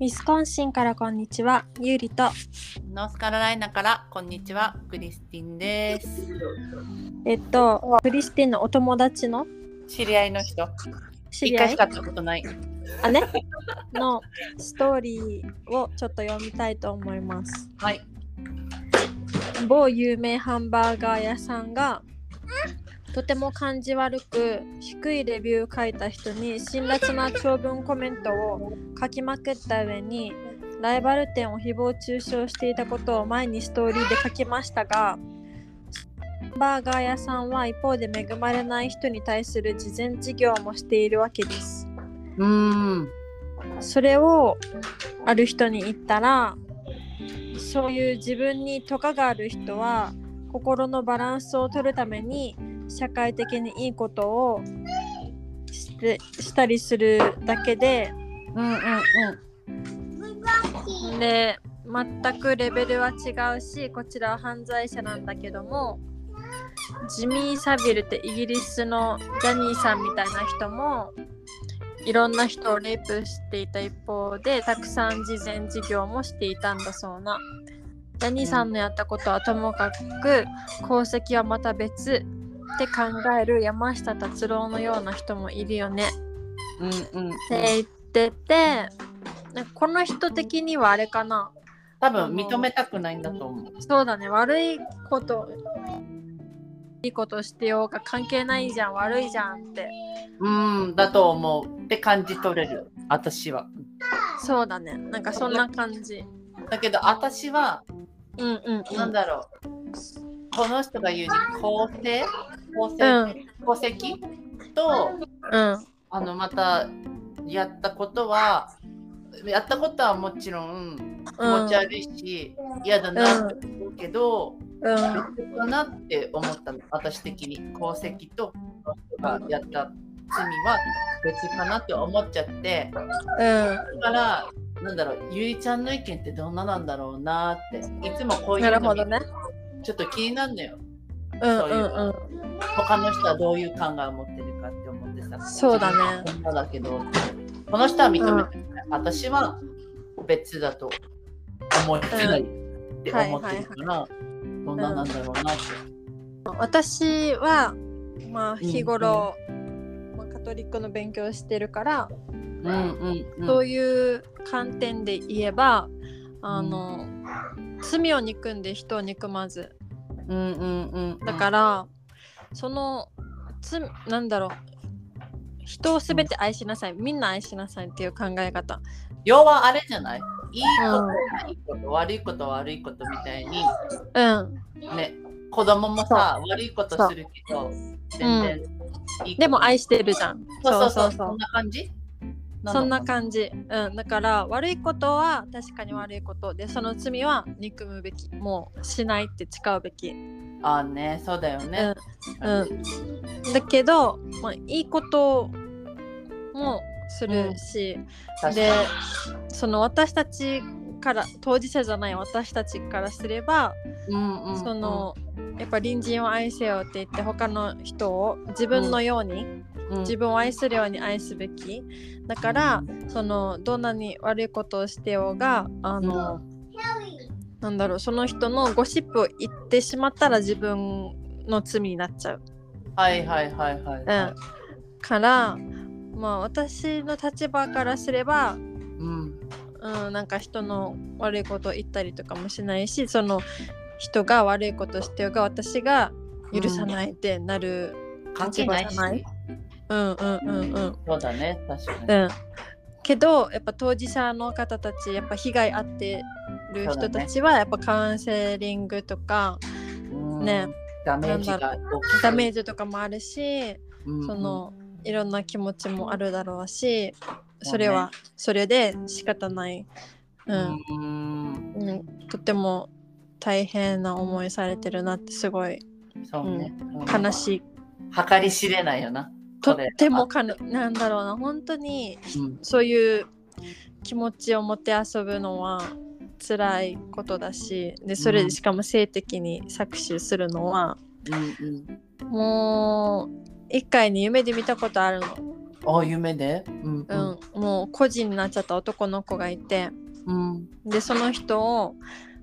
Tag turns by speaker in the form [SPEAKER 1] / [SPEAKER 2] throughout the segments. [SPEAKER 1] ウィスコンシンからこんにちは、ゆうりと。
[SPEAKER 2] ノースカロライナからこんにちはクリスティンです。
[SPEAKER 1] えっと、クリスティンのお友達の
[SPEAKER 2] 知り合いの人。
[SPEAKER 1] 知
[SPEAKER 2] 一
[SPEAKER 1] り合
[SPEAKER 2] 回
[SPEAKER 1] い
[SPEAKER 2] しか会ったことない。
[SPEAKER 1] あ、ね、のストーリーをちょっと読みたいと思います。
[SPEAKER 2] はい。
[SPEAKER 1] 某有名ハンバーガー屋さんがとても感じ悪く低いレビューを書いた人に辛辣な長文コメントを書きまくった上にライバル店を誹謗中傷していたことを前にストーリーで書きましたがハンバーガー屋さんは一方で恵まれない人に対する慈善事業もしているわけです。
[SPEAKER 2] うーん。
[SPEAKER 1] それをある人に言ったらそういう自分にトカがある人は心のバランスを取るために社会的にいいことをしてしたりするだけで
[SPEAKER 2] うんうん
[SPEAKER 1] で全くレベルは違うしこちらは犯罪者なんだけどもジミー・サビルってイギリスのジャニーさんみたいな人もいろんな人をレイプしていた一方でたくさん慈善事業もしていたんだそうなジャニーさんのやったことはともかく功績はまた別って考える山下達郎のような人もいるよね
[SPEAKER 2] うん。うんうん。
[SPEAKER 1] って言っててなんかこの人的にはあれかな
[SPEAKER 2] 多分認めたくないんだと思う。
[SPEAKER 1] そうだね悪いこといいことしてようが関係ないじゃん悪いじゃんって
[SPEAKER 2] うんだと思うって感じ取れる。私は。
[SPEAKER 1] そうだねなんかそんな感じ
[SPEAKER 2] だけど私は
[SPEAKER 1] うんうんう
[SPEAKER 2] なん
[SPEAKER 1] ん
[SPEAKER 2] だろう。この人が言うに公正公
[SPEAKER 1] う
[SPEAKER 2] 正、
[SPEAKER 1] ん
[SPEAKER 2] 功績と
[SPEAKER 1] うん
[SPEAKER 2] あのまたやったことはやったことはもちろん気
[SPEAKER 1] うん
[SPEAKER 2] 持ち悪いし嫌、だなって思うけど、
[SPEAKER 1] うん
[SPEAKER 2] 別だなって思ったの私的に功績とこの人がやった罪は別かなって思っちゃって
[SPEAKER 1] う
[SPEAKER 2] だからなんだろうゆいちゃんの意見ってどんななんだろうなっていつもこうんい
[SPEAKER 1] な
[SPEAKER 2] う
[SPEAKER 1] るほど
[SPEAKER 2] の
[SPEAKER 1] ね
[SPEAKER 2] ちょっと気になるのよ
[SPEAKER 1] うんうんうん
[SPEAKER 2] 他の人はどういう考えを持ってるかって思ってさ
[SPEAKER 1] そうだね
[SPEAKER 2] こんなだけどこの人は認めてない、私は別だと思ってないって思ってるから、どんななんだろうなって、
[SPEAKER 1] 私はまあ
[SPEAKER 2] うん
[SPEAKER 1] 日頃、まあ、カトリックの勉強してるから、
[SPEAKER 2] うんうんうん
[SPEAKER 1] そういう観点で言えばあの、罪を憎んで人を憎まず
[SPEAKER 2] うんうんうん
[SPEAKER 1] だから、そのつなんだろう人をすべて愛しなさい、みんな愛しなさいっていう考え方
[SPEAKER 2] 要はあれじゃないいいことはいいこと悪いこと悪いことみたいに
[SPEAKER 1] うん
[SPEAKER 2] ね子供もさ悪いことするけど全然いいこと
[SPEAKER 1] でも愛してるじゃん
[SPEAKER 2] そうそうそうそ
[SPEAKER 1] そ
[SPEAKER 2] んな感じ
[SPEAKER 1] そんな感じうんだから悪いことは確かに悪いことでその罪は憎むべきもうしないって誓うべき、
[SPEAKER 2] じあーねそうだよね、
[SPEAKER 1] うんだけど、まあ、いいこともするし、
[SPEAKER 2] 確かに
[SPEAKER 1] でその私たちから当事者じゃない私たちからすれば
[SPEAKER 2] うんうんうん
[SPEAKER 1] そのやっぱ隣人を愛せよって言って他の人を自分のように、
[SPEAKER 2] うん
[SPEAKER 1] 自分を愛するように愛すべきだから、そのどんなに悪いことをしてようがあの、なんだろうその人のゴシップを言ってしまったら自分の罪になっちゃう
[SPEAKER 2] はいはいはいはい、はい
[SPEAKER 1] から、まあ私の立場からすれば
[SPEAKER 2] うん
[SPEAKER 1] うん、なんか人の悪いことを言ったりとかもしないしその人が悪いことしてようが私が許さないってなる、
[SPEAKER 2] 関係ない
[SPEAKER 1] 立
[SPEAKER 2] し
[SPEAKER 1] 場じゃないうん、うんうんうん
[SPEAKER 2] そうだね確か
[SPEAKER 1] う
[SPEAKER 2] に、
[SPEAKER 1] んけどやっぱ当事者の方たちやっぱ被害あってる人たちはやっぱカウンセリングとか
[SPEAKER 2] うん
[SPEAKER 1] ね
[SPEAKER 2] ダメージが大きい
[SPEAKER 1] ダメージとかもあるし、
[SPEAKER 2] うんうん
[SPEAKER 1] そのいろんな気持ちもあるだろうしそれはそれで仕方ない、
[SPEAKER 2] う
[SPEAKER 1] うん、
[SPEAKER 2] ん、
[SPEAKER 1] うん、とても大変な思いされてるなってすごい
[SPEAKER 2] そうね、うん
[SPEAKER 1] 悲しい
[SPEAKER 2] 計り知れないよな
[SPEAKER 1] とっ
[SPEAKER 2] これ
[SPEAKER 1] てもかぬなんだろうな本当に
[SPEAKER 2] うん
[SPEAKER 1] そういう気持ちを持って遊ぶのは辛いことだしでそれ
[SPEAKER 2] う
[SPEAKER 1] で
[SPEAKER 2] ん
[SPEAKER 1] しかも性的に搾取するのは、
[SPEAKER 2] うんうん
[SPEAKER 1] もう一回に夢で見たことあるの、
[SPEAKER 2] あ夢でうん
[SPEAKER 1] うんもう孤児になっちゃった男の子がいて
[SPEAKER 2] うん
[SPEAKER 1] でその人を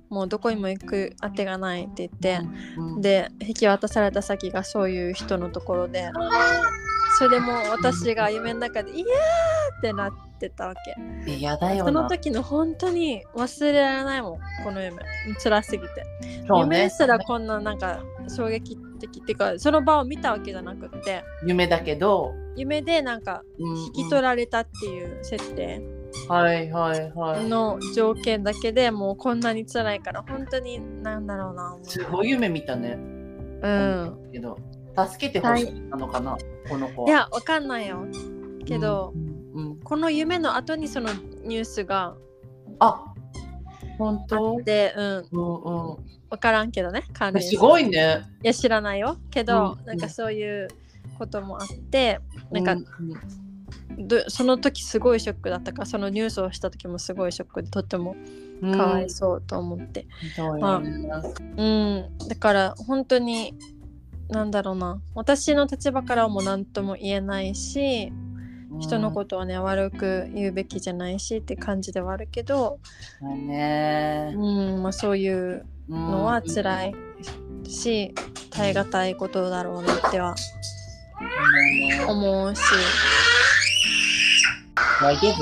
[SPEAKER 1] もうどこにも行くあてがないって言って
[SPEAKER 2] うん
[SPEAKER 1] で引き渡された先がそういう人のところでそれでもう私が夢の中で「いやー!」ってなってたわけ
[SPEAKER 2] えやだよ
[SPEAKER 1] その
[SPEAKER 2] な。
[SPEAKER 1] 時の本当に忘れられないもんこの夢辛すぎて、
[SPEAKER 2] そう
[SPEAKER 1] 夢
[SPEAKER 2] ね
[SPEAKER 1] すらこんななんか衝撃的っていうかその場を見たわけじゃなくって
[SPEAKER 2] 夢だけど、
[SPEAKER 1] 夢でなんか引き取られたっていう設定
[SPEAKER 2] はいはいはい。
[SPEAKER 1] の条件だけでもうこんなに辛いから本当になんだろうなも
[SPEAKER 2] すごい夢見たね。
[SPEAKER 1] う、うん、
[SPEAKER 2] けど、助けてほしかったのかな、この子は。
[SPEAKER 1] いやわかんないよけど、
[SPEAKER 2] うん、うん
[SPEAKER 1] この夢の後にそのニュースが
[SPEAKER 2] あ本
[SPEAKER 1] あ
[SPEAKER 2] 当
[SPEAKER 1] ってうん
[SPEAKER 2] うんうん
[SPEAKER 1] わからんけどね関連
[SPEAKER 2] え。
[SPEAKER 1] 性
[SPEAKER 2] すごいね。
[SPEAKER 1] いや知らないよけど、
[SPEAKER 2] うん
[SPEAKER 1] なんかそういうこともあってなんか
[SPEAKER 2] うう
[SPEAKER 1] どその時すごいショックだったからそのニュースをした時もすごいショックでとっても
[SPEAKER 2] うん
[SPEAKER 1] かわいそうと思って
[SPEAKER 2] ひどいよね
[SPEAKER 1] うん、だから本当になんだろうな私の立場からはもう何とも言えないし
[SPEAKER 2] うん
[SPEAKER 1] 人のことはね悪く言うべきじゃないしって感じではあるけど、
[SPEAKER 2] だね
[SPEAKER 1] うんまあ、そういうの
[SPEAKER 2] の
[SPEAKER 1] は辛
[SPEAKER 2] い。
[SPEAKER 1] いし耐え難いことだろうなっては
[SPEAKER 2] うん
[SPEAKER 1] 思うし。
[SPEAKER 2] 大丈夫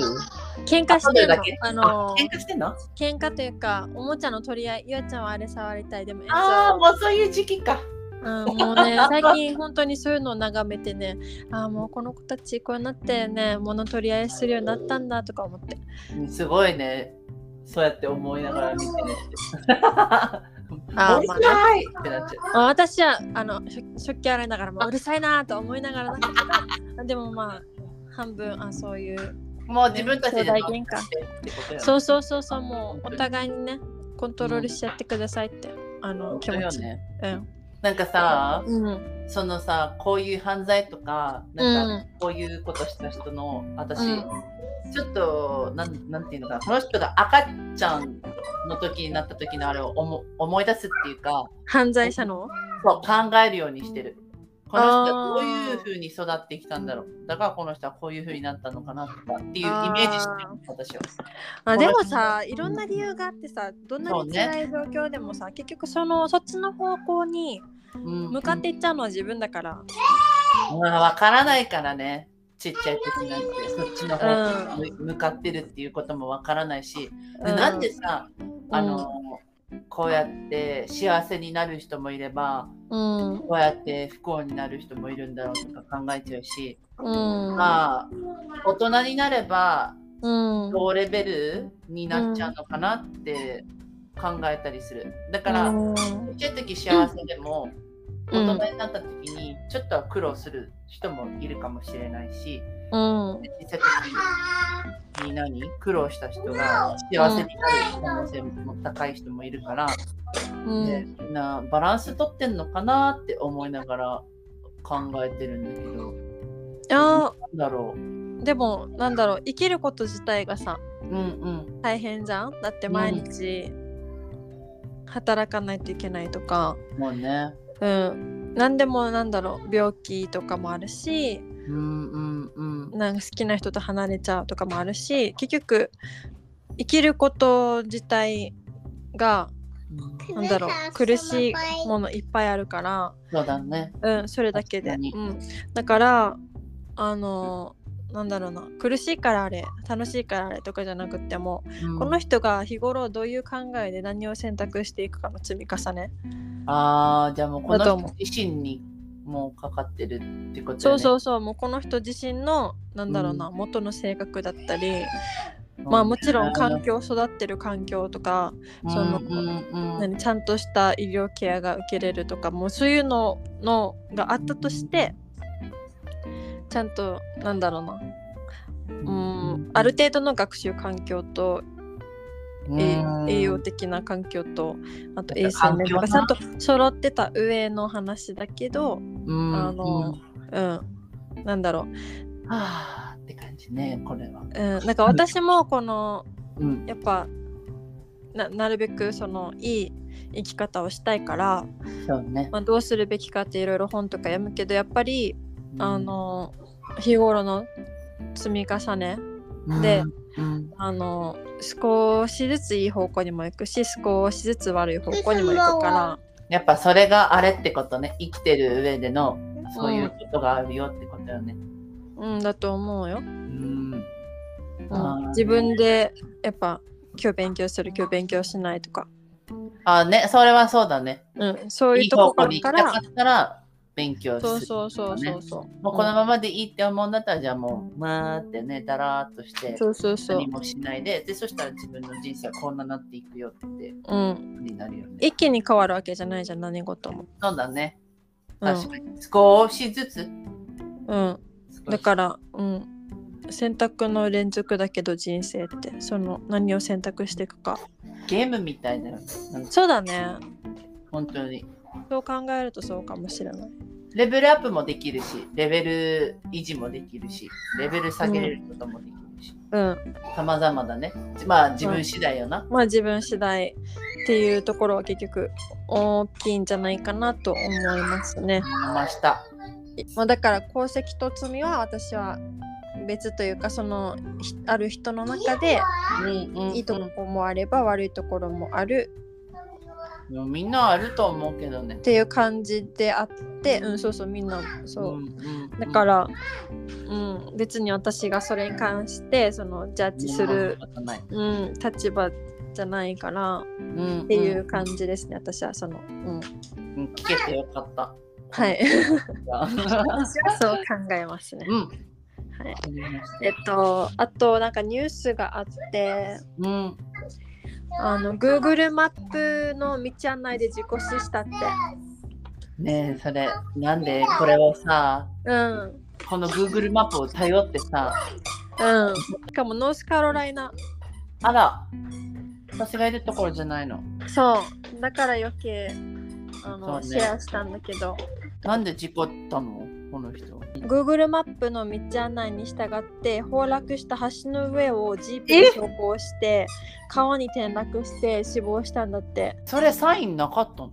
[SPEAKER 1] 喧嘩してるの
[SPEAKER 2] あそうだよだけ
[SPEAKER 1] あの
[SPEAKER 2] 喧嘩してんの
[SPEAKER 1] 喧嘩というかおもちゃの取り合いゆあちゃんはあれ触りたいでもえんち
[SPEAKER 2] あ
[SPEAKER 1] ゃ
[SPEAKER 2] あ、もうそういう時期か。
[SPEAKER 1] ん、うん、もう ね最近本当にそういうのを眺めてねああもうこの子たちこうなってね物取り合いするようになったんだとか思って
[SPEAKER 2] うんすごいね。そうやって思いながら見てる って。
[SPEAKER 1] あー
[SPEAKER 2] うる
[SPEAKER 1] まあ
[SPEAKER 2] さ
[SPEAKER 1] ね
[SPEAKER 2] いってなっちゃう。
[SPEAKER 1] あ私はあのしょ食器洗いながらもううるさいなと思いながらだけどでもまあ半分あそういう
[SPEAKER 2] もう自分たちで
[SPEAKER 1] 兄弟喧嘩
[SPEAKER 2] ってことやね
[SPEAKER 1] そうそうそうそうもうお互いにねコントロールしちゃってくださいって、あの
[SPEAKER 2] 本
[SPEAKER 1] 気
[SPEAKER 2] 当
[SPEAKER 1] 持
[SPEAKER 2] よ
[SPEAKER 1] ち、
[SPEAKER 2] ね。
[SPEAKER 1] うん
[SPEAKER 2] なんかさ、
[SPEAKER 1] うん
[SPEAKER 2] そのさこういう犯罪とか
[SPEAKER 1] う
[SPEAKER 2] なん
[SPEAKER 1] ん
[SPEAKER 2] かこういうことした人の私、
[SPEAKER 1] う
[SPEAKER 2] ちょっとなんなんていうのかなこの人が赤ちゃんの時になった時のあれを思思い出すっていうか
[SPEAKER 1] 犯罪者の
[SPEAKER 2] そう考えるようにしてるこの人はどうい
[SPEAKER 1] あ
[SPEAKER 2] う
[SPEAKER 1] ー
[SPEAKER 2] ふうに育ってきたんだろうだからこの人はこういうふうになったのかなとかっていうイメージしてる私は
[SPEAKER 1] あ
[SPEAKER 2] こ
[SPEAKER 1] で
[SPEAKER 2] の
[SPEAKER 1] も
[SPEAKER 2] 人
[SPEAKER 1] さいろんな理由があってさどんな
[SPEAKER 2] そう
[SPEAKER 1] に
[SPEAKER 2] ね
[SPEAKER 1] 辛い状況でもさ、結局そのそっちの方向に向
[SPEAKER 2] 向
[SPEAKER 1] かっていっちゃうのは自分だから、
[SPEAKER 2] まあ分からないからねちっちゃい時なんてそっちの方に向かってるっていうことも分からないし、で
[SPEAKER 1] う
[SPEAKER 2] なんでさあ
[SPEAKER 1] うん
[SPEAKER 2] の、こうやって幸せになる人もいれば
[SPEAKER 1] うん
[SPEAKER 2] こうやって不幸になる人もいるんだろうとか考えちゃうし、
[SPEAKER 1] うん
[SPEAKER 2] まあ大人になれば
[SPEAKER 1] うん
[SPEAKER 2] 同レベルになっちゃうのかなって考えたりするだか
[SPEAKER 1] う
[SPEAKER 2] ら
[SPEAKER 1] ん
[SPEAKER 2] ちっちゃい時幸せでも
[SPEAKER 1] う
[SPEAKER 2] 大
[SPEAKER 1] ん
[SPEAKER 2] 人になった時にちょっとは苦労する人もいるかもしれないし
[SPEAKER 1] うん
[SPEAKER 2] 小さい時に何苦労した人が幸せになる可能性も高い人もいるから、
[SPEAKER 1] う
[SPEAKER 2] ね
[SPEAKER 1] ん
[SPEAKER 2] みんなバランス取ってんのかなって思いながら考えてるんだけど
[SPEAKER 1] あ
[SPEAKER 2] なんだろう
[SPEAKER 1] ーでもなんだろう生きること自体がさ
[SPEAKER 2] うん
[SPEAKER 1] 大変じゃんだって毎日働かないといけないとか、
[SPEAKER 2] うんもうね
[SPEAKER 1] うん、何でもなんだろう病気とかもあるし
[SPEAKER 2] うんうんうん
[SPEAKER 1] なんか好きな人と離れちゃうとかもあるし結局生きること自体がなんだろう苦しいものいっぱいあるから、
[SPEAKER 2] そうだね
[SPEAKER 1] うん、それだけで、
[SPEAKER 2] 確
[SPEAKER 1] う
[SPEAKER 2] か
[SPEAKER 1] ん、だからあのなんだろうな苦しいからあれ楽しいからあれとかじゃなくっても、この
[SPEAKER 2] 人
[SPEAKER 1] 人が日頃どういう考えで何を選択していくかの積み重ね、
[SPEAKER 2] あーじゃあもうこ
[SPEAKER 1] だと
[SPEAKER 2] の
[SPEAKER 1] 思
[SPEAKER 2] 人自身にもうかかってるってこと
[SPEAKER 1] そうそううそうもうこの人自身のなんだろうな、
[SPEAKER 2] う
[SPEAKER 1] 元の性格だったり、
[SPEAKER 2] そう
[SPEAKER 1] まあもちろん環境育ってる環境とか、その
[SPEAKER 2] うんうんうん
[SPEAKER 1] 何ちゃんとした医療ケアが受けれるとかもうそういうののがあったとしてちゃんとなんだろうなうんある程度の学習環境と、
[SPEAKER 2] うん
[SPEAKER 1] え栄養的な環境とあと衛生
[SPEAKER 2] 環
[SPEAKER 1] 面
[SPEAKER 2] 境
[SPEAKER 1] と
[SPEAKER 2] な
[SPEAKER 1] かちゃんと揃ってた上の話だけど
[SPEAKER 2] うん
[SPEAKER 1] あの
[SPEAKER 2] うん
[SPEAKER 1] うんなんだろ
[SPEAKER 2] はあって感じねこれは
[SPEAKER 1] う、うん、なんか私もこの
[SPEAKER 2] うん
[SPEAKER 1] やっぱななるべくそのいい生き方をしたいから、
[SPEAKER 2] そうね
[SPEAKER 1] まあ、どうするべきかっていろいろ本とか読むけどやっぱり
[SPEAKER 2] うん
[SPEAKER 1] あの日頃の積み重ねで
[SPEAKER 2] うん
[SPEAKER 1] あの少しずついい方向にも行くし少しずつ悪い方向にも行くか
[SPEAKER 2] やっぱそれがあれってことね生きてる上でのそういうことがあるよってことよね。
[SPEAKER 1] ら、うん、だと思うよ、
[SPEAKER 2] うん
[SPEAKER 1] うん
[SPEAKER 2] あー
[SPEAKER 1] 自分でやっぱ今日勉強する今日勉強しないとか、
[SPEAKER 2] あねそれはそうだね。
[SPEAKER 1] うん、そうい
[SPEAKER 2] いうい
[SPEAKER 1] と
[SPEAKER 2] 方
[SPEAKER 1] こ
[SPEAKER 2] 向
[SPEAKER 1] か
[SPEAKER 2] に行きた
[SPEAKER 1] ら
[SPEAKER 2] かったら勉強する、
[SPEAKER 1] そうそうそうそうそう、
[SPEAKER 2] もうこのままでいいって思うんだったらじゃあもうまーってねだらーっとして
[SPEAKER 1] そうそうそう
[SPEAKER 2] 何、もしないででそしたら自分の人生はこんななっていくよって
[SPEAKER 1] うん、
[SPEAKER 2] になるよね。
[SPEAKER 1] 一気に変わるわけじゃないじゃん何事も、
[SPEAKER 2] そうだね。
[SPEAKER 1] うん
[SPEAKER 2] 確かに、少しずつ
[SPEAKER 1] うん、
[SPEAKER 2] 少し
[SPEAKER 1] だから、うん、選択の連続だけど人生ってその何を選択していくか
[SPEAKER 2] ゲームみたいだよ。なんか
[SPEAKER 1] そうだね
[SPEAKER 2] 本当に。
[SPEAKER 1] そう考えるとそうかもしれない
[SPEAKER 2] レベルアップもできるし、レベル維持もできるし、レベル下げれることもできるし、
[SPEAKER 1] うん
[SPEAKER 2] 様々だね。まあ自分次第よな。
[SPEAKER 1] まあ自分次第っていうところは結局大きいんじゃないかなと思いますね、
[SPEAKER 2] ました。
[SPEAKER 1] まあ、だから功績と罪は私は別というかそのひある人の中で
[SPEAKER 2] うんうん
[SPEAKER 1] いいとこもあれば悪いところもある
[SPEAKER 2] でもみんなあると思うけどね
[SPEAKER 1] っ。ていう感じであってうんそうそうみんなそう、
[SPEAKER 2] んん
[SPEAKER 1] だか、ら、うん、別に私がそれに関してそのジャッジする、
[SPEAKER 2] そんなこと
[SPEAKER 1] うん、立場じゃないからっ
[SPEAKER 2] ない
[SPEAKER 1] ていう感じですね、私はその、うん、
[SPEAKER 2] うんうんうん聞けてよかった。
[SPEAKER 1] はい私はそう考えますね。
[SPEAKER 2] うん。
[SPEAKER 1] はい、
[SPEAKER 2] わかりました
[SPEAKER 1] えっとあとなんかニュースがあって
[SPEAKER 2] うん。
[SPEAKER 1] あの Google マップの道案内で事故死したって。
[SPEAKER 2] ねえ、それ、なんでこれをさ、
[SPEAKER 1] うんうん
[SPEAKER 2] この Google マップを頼ってさ、
[SPEAKER 1] しかもノースカロライナ
[SPEAKER 2] あら、私がいるところじゃないの。
[SPEAKER 1] そうだから余計あの、
[SPEAKER 2] そう
[SPEAKER 1] シ
[SPEAKER 2] ね
[SPEAKER 1] ェアしたんだけど
[SPEAKER 2] なんで事故ったのこの人。
[SPEAKER 1] Google マップの道案内に従って崩落した橋の上をジープで走行して川に転落して死亡したんだって
[SPEAKER 2] それサインなかったの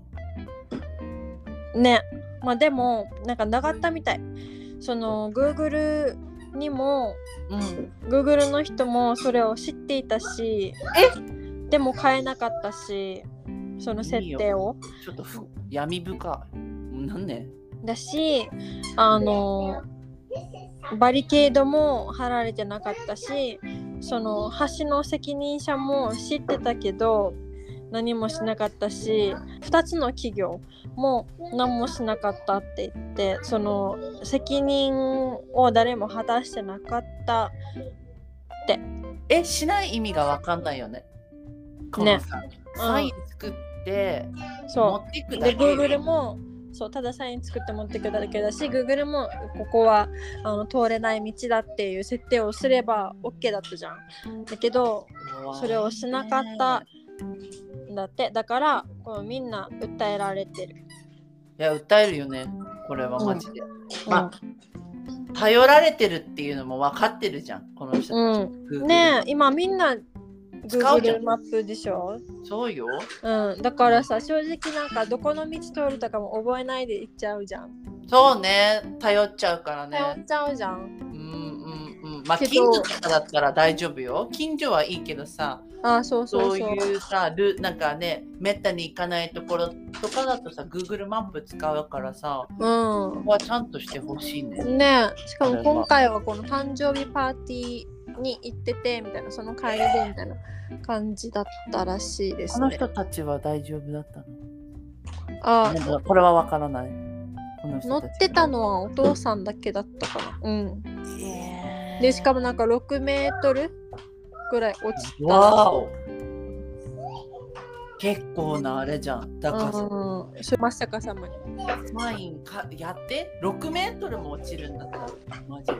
[SPEAKER 1] ねまあでもなんかなかったみたいその Google にも
[SPEAKER 2] うん。
[SPEAKER 1] Google の人もそれを知っていたしでも変えなかったしその設定を
[SPEAKER 2] ちょっとふ闇深い。なんね
[SPEAKER 1] だしあのバリケードも張られてなかったしその橋の責任者も知ってたけど何もしなかったし2つの企業も何もしなかったって言ってその責任を誰も果たしてなかった
[SPEAKER 2] え、しない意味がわかんないよね。このさ、サイン作って、持
[SPEAKER 1] そ
[SPEAKER 2] っていうくだ
[SPEAKER 1] で
[SPEAKER 2] け。
[SPEAKER 1] Google もそうただサイン作って持ってくだけだし Google もここはあの通れない道だっていう設定をすれば OK だったじゃん。だけどそれをしなかったんだってだからこうみんな訴えられてる、
[SPEAKER 2] いや、訴えるよね。これはマジで。ま
[SPEAKER 1] う
[SPEAKER 2] 頼られてるっていうのも分かってるじゃん、この人。
[SPEAKER 1] んうん、ねえ今みんな
[SPEAKER 2] 使うじゃ
[SPEAKER 1] Google
[SPEAKER 2] ん
[SPEAKER 1] マップでしょ、
[SPEAKER 2] え。そうよ。
[SPEAKER 1] うん、だからさ正直なんかどこの道通るとかも覚えないで行っちゃうじゃん
[SPEAKER 2] そうね。頼っちゃうから
[SPEAKER 1] 頼
[SPEAKER 2] ね
[SPEAKER 1] っ。ちゃうじゃん
[SPEAKER 2] うんうんうん。まあ、
[SPEAKER 1] けど
[SPEAKER 2] 近所とかだったら大丈夫よ。近所はいいけどさ、
[SPEAKER 1] あそうそう
[SPEAKER 2] そう
[SPEAKER 1] そう
[SPEAKER 2] いうさ、ルなんかね、めったに行かないところとかだとさ、Google マップ使うからさ、
[SPEAKER 1] う
[SPEAKER 2] ここはちゃんとしてほしいね。
[SPEAKER 1] んねえしかも今回はこの誕生日パーティーに行っててみたいなその帰りでみたいな感じだったらしいで
[SPEAKER 2] こ
[SPEAKER 1] す
[SPEAKER 2] の
[SPEAKER 1] ね
[SPEAKER 2] 人たちは大丈夫だった
[SPEAKER 1] あ
[SPEAKER 2] のこれは分からない。こ
[SPEAKER 1] 乗
[SPEAKER 2] の人
[SPEAKER 1] った
[SPEAKER 2] ち
[SPEAKER 1] てたのはお父さんだけだったかな。うん、
[SPEAKER 2] えー
[SPEAKER 1] でしかもなんか6メートルぐらい落ちた。
[SPEAKER 2] わお結構なあれじゃん。だからさ、
[SPEAKER 1] うん、それまさかさまに。
[SPEAKER 2] マインかやって6メートルも落ちるんだったら、マジで。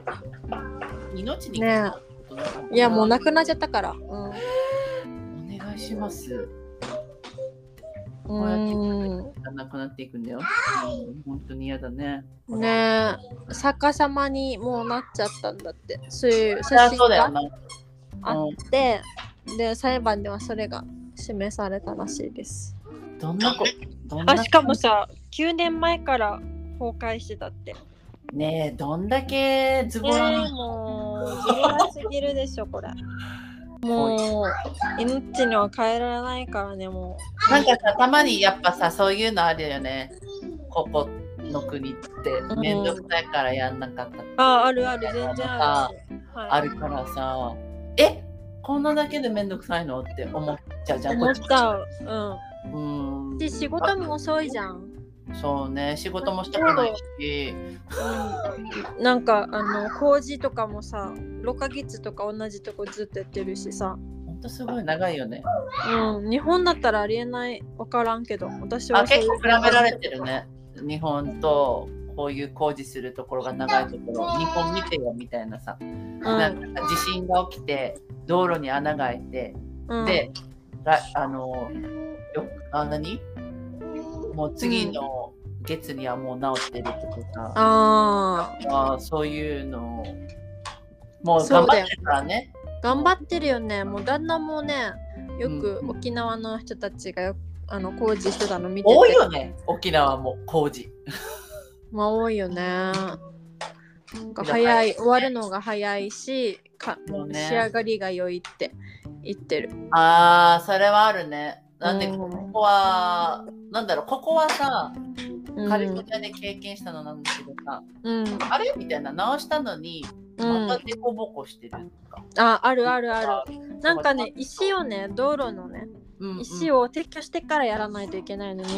[SPEAKER 2] 命に関わることだから
[SPEAKER 1] いやもうなくなっちゃったから。うん。
[SPEAKER 2] お願いします。
[SPEAKER 1] うん
[SPEAKER 2] なくなっていくんだよ。うん本当に嫌だね。
[SPEAKER 1] ねえ逆さまにもうなっちゃったんだってそういう写
[SPEAKER 2] あ
[SPEAKER 1] 真
[SPEAKER 2] そうだよ
[SPEAKER 1] が
[SPEAKER 2] な。
[SPEAKER 1] あってで裁判ではそれが示されたらしいです
[SPEAKER 2] うんどんな子どんな
[SPEAKER 1] あしかもさ9年前から崩壊してたって
[SPEAKER 2] ねえ、どんだけズボラ
[SPEAKER 1] えー、もう、ズボラすぎるでしょ、 これ。もう、命には変えられないからね、も
[SPEAKER 2] なんかさ、たまにやっぱさ、そういうのあるよね。ここの国って、
[SPEAKER 1] ん
[SPEAKER 2] めんどくさいからやんなかった。
[SPEAKER 1] う。ああ、あるある、全然あるし。はい、
[SPEAKER 2] あるからさ、えこんなだけでめんどくさいのって思っちゃうじゃん。
[SPEAKER 1] 思っ
[SPEAKER 2] こ
[SPEAKER 1] ち
[SPEAKER 2] ち
[SPEAKER 1] ゃう。う
[SPEAKER 2] うー
[SPEAKER 1] ん。
[SPEAKER 2] ん。
[SPEAKER 1] で、仕事も遅いじゃん。
[SPEAKER 2] そうね、仕事もしたくないし、
[SPEAKER 1] なんか、あの、工事とかもさ、6ヶ月とか同じとこずっとやってるしさ。
[SPEAKER 2] ほんとすごい長いよね。
[SPEAKER 1] うん、日本だったらありえない、わからんけど、私
[SPEAKER 2] あ
[SPEAKER 1] はそうい
[SPEAKER 2] 結
[SPEAKER 1] う。
[SPEAKER 2] 構比べられてるね。日本とこういう工事するところが長いところ、日本見てよみたいなさ、なんか地震が起きて、道路に穴が開いて、
[SPEAKER 1] うん、うん、
[SPEAKER 2] で、らあの、よあ何もう次の月にはもう治ってるとかさ、
[SPEAKER 1] あ
[SPEAKER 2] あーそういうのをもう
[SPEAKER 1] そ
[SPEAKER 2] 頑
[SPEAKER 1] うだ
[SPEAKER 2] 張
[SPEAKER 1] よ
[SPEAKER 2] ってるからね。
[SPEAKER 1] あ、頑張ってるよね。もう旦那もね、よく沖縄の人たちがよあの工事してたの見てて、
[SPEAKER 2] 多いよね、沖縄も工事。
[SPEAKER 1] まあ多いよね。なんか早い、終わるのが早いし、かも
[SPEAKER 2] そう
[SPEAKER 1] う
[SPEAKER 2] ね
[SPEAKER 1] 仕上がりが良いって言ってる。
[SPEAKER 2] ああ、それはあるね。なんで
[SPEAKER 1] うん
[SPEAKER 2] ここは、なんだろう、ここはさ、
[SPEAKER 1] うん
[SPEAKER 2] カリフォルニアで経験したのなんだけどさ、
[SPEAKER 1] うん、
[SPEAKER 2] あれみたいな直したのに、
[SPEAKER 1] うん
[SPEAKER 2] またデコボコしてるとか。
[SPEAKER 1] ああるあるあるなんかね石をね道路のね
[SPEAKER 2] うんうん
[SPEAKER 1] 石を撤去してからやらないといけないのに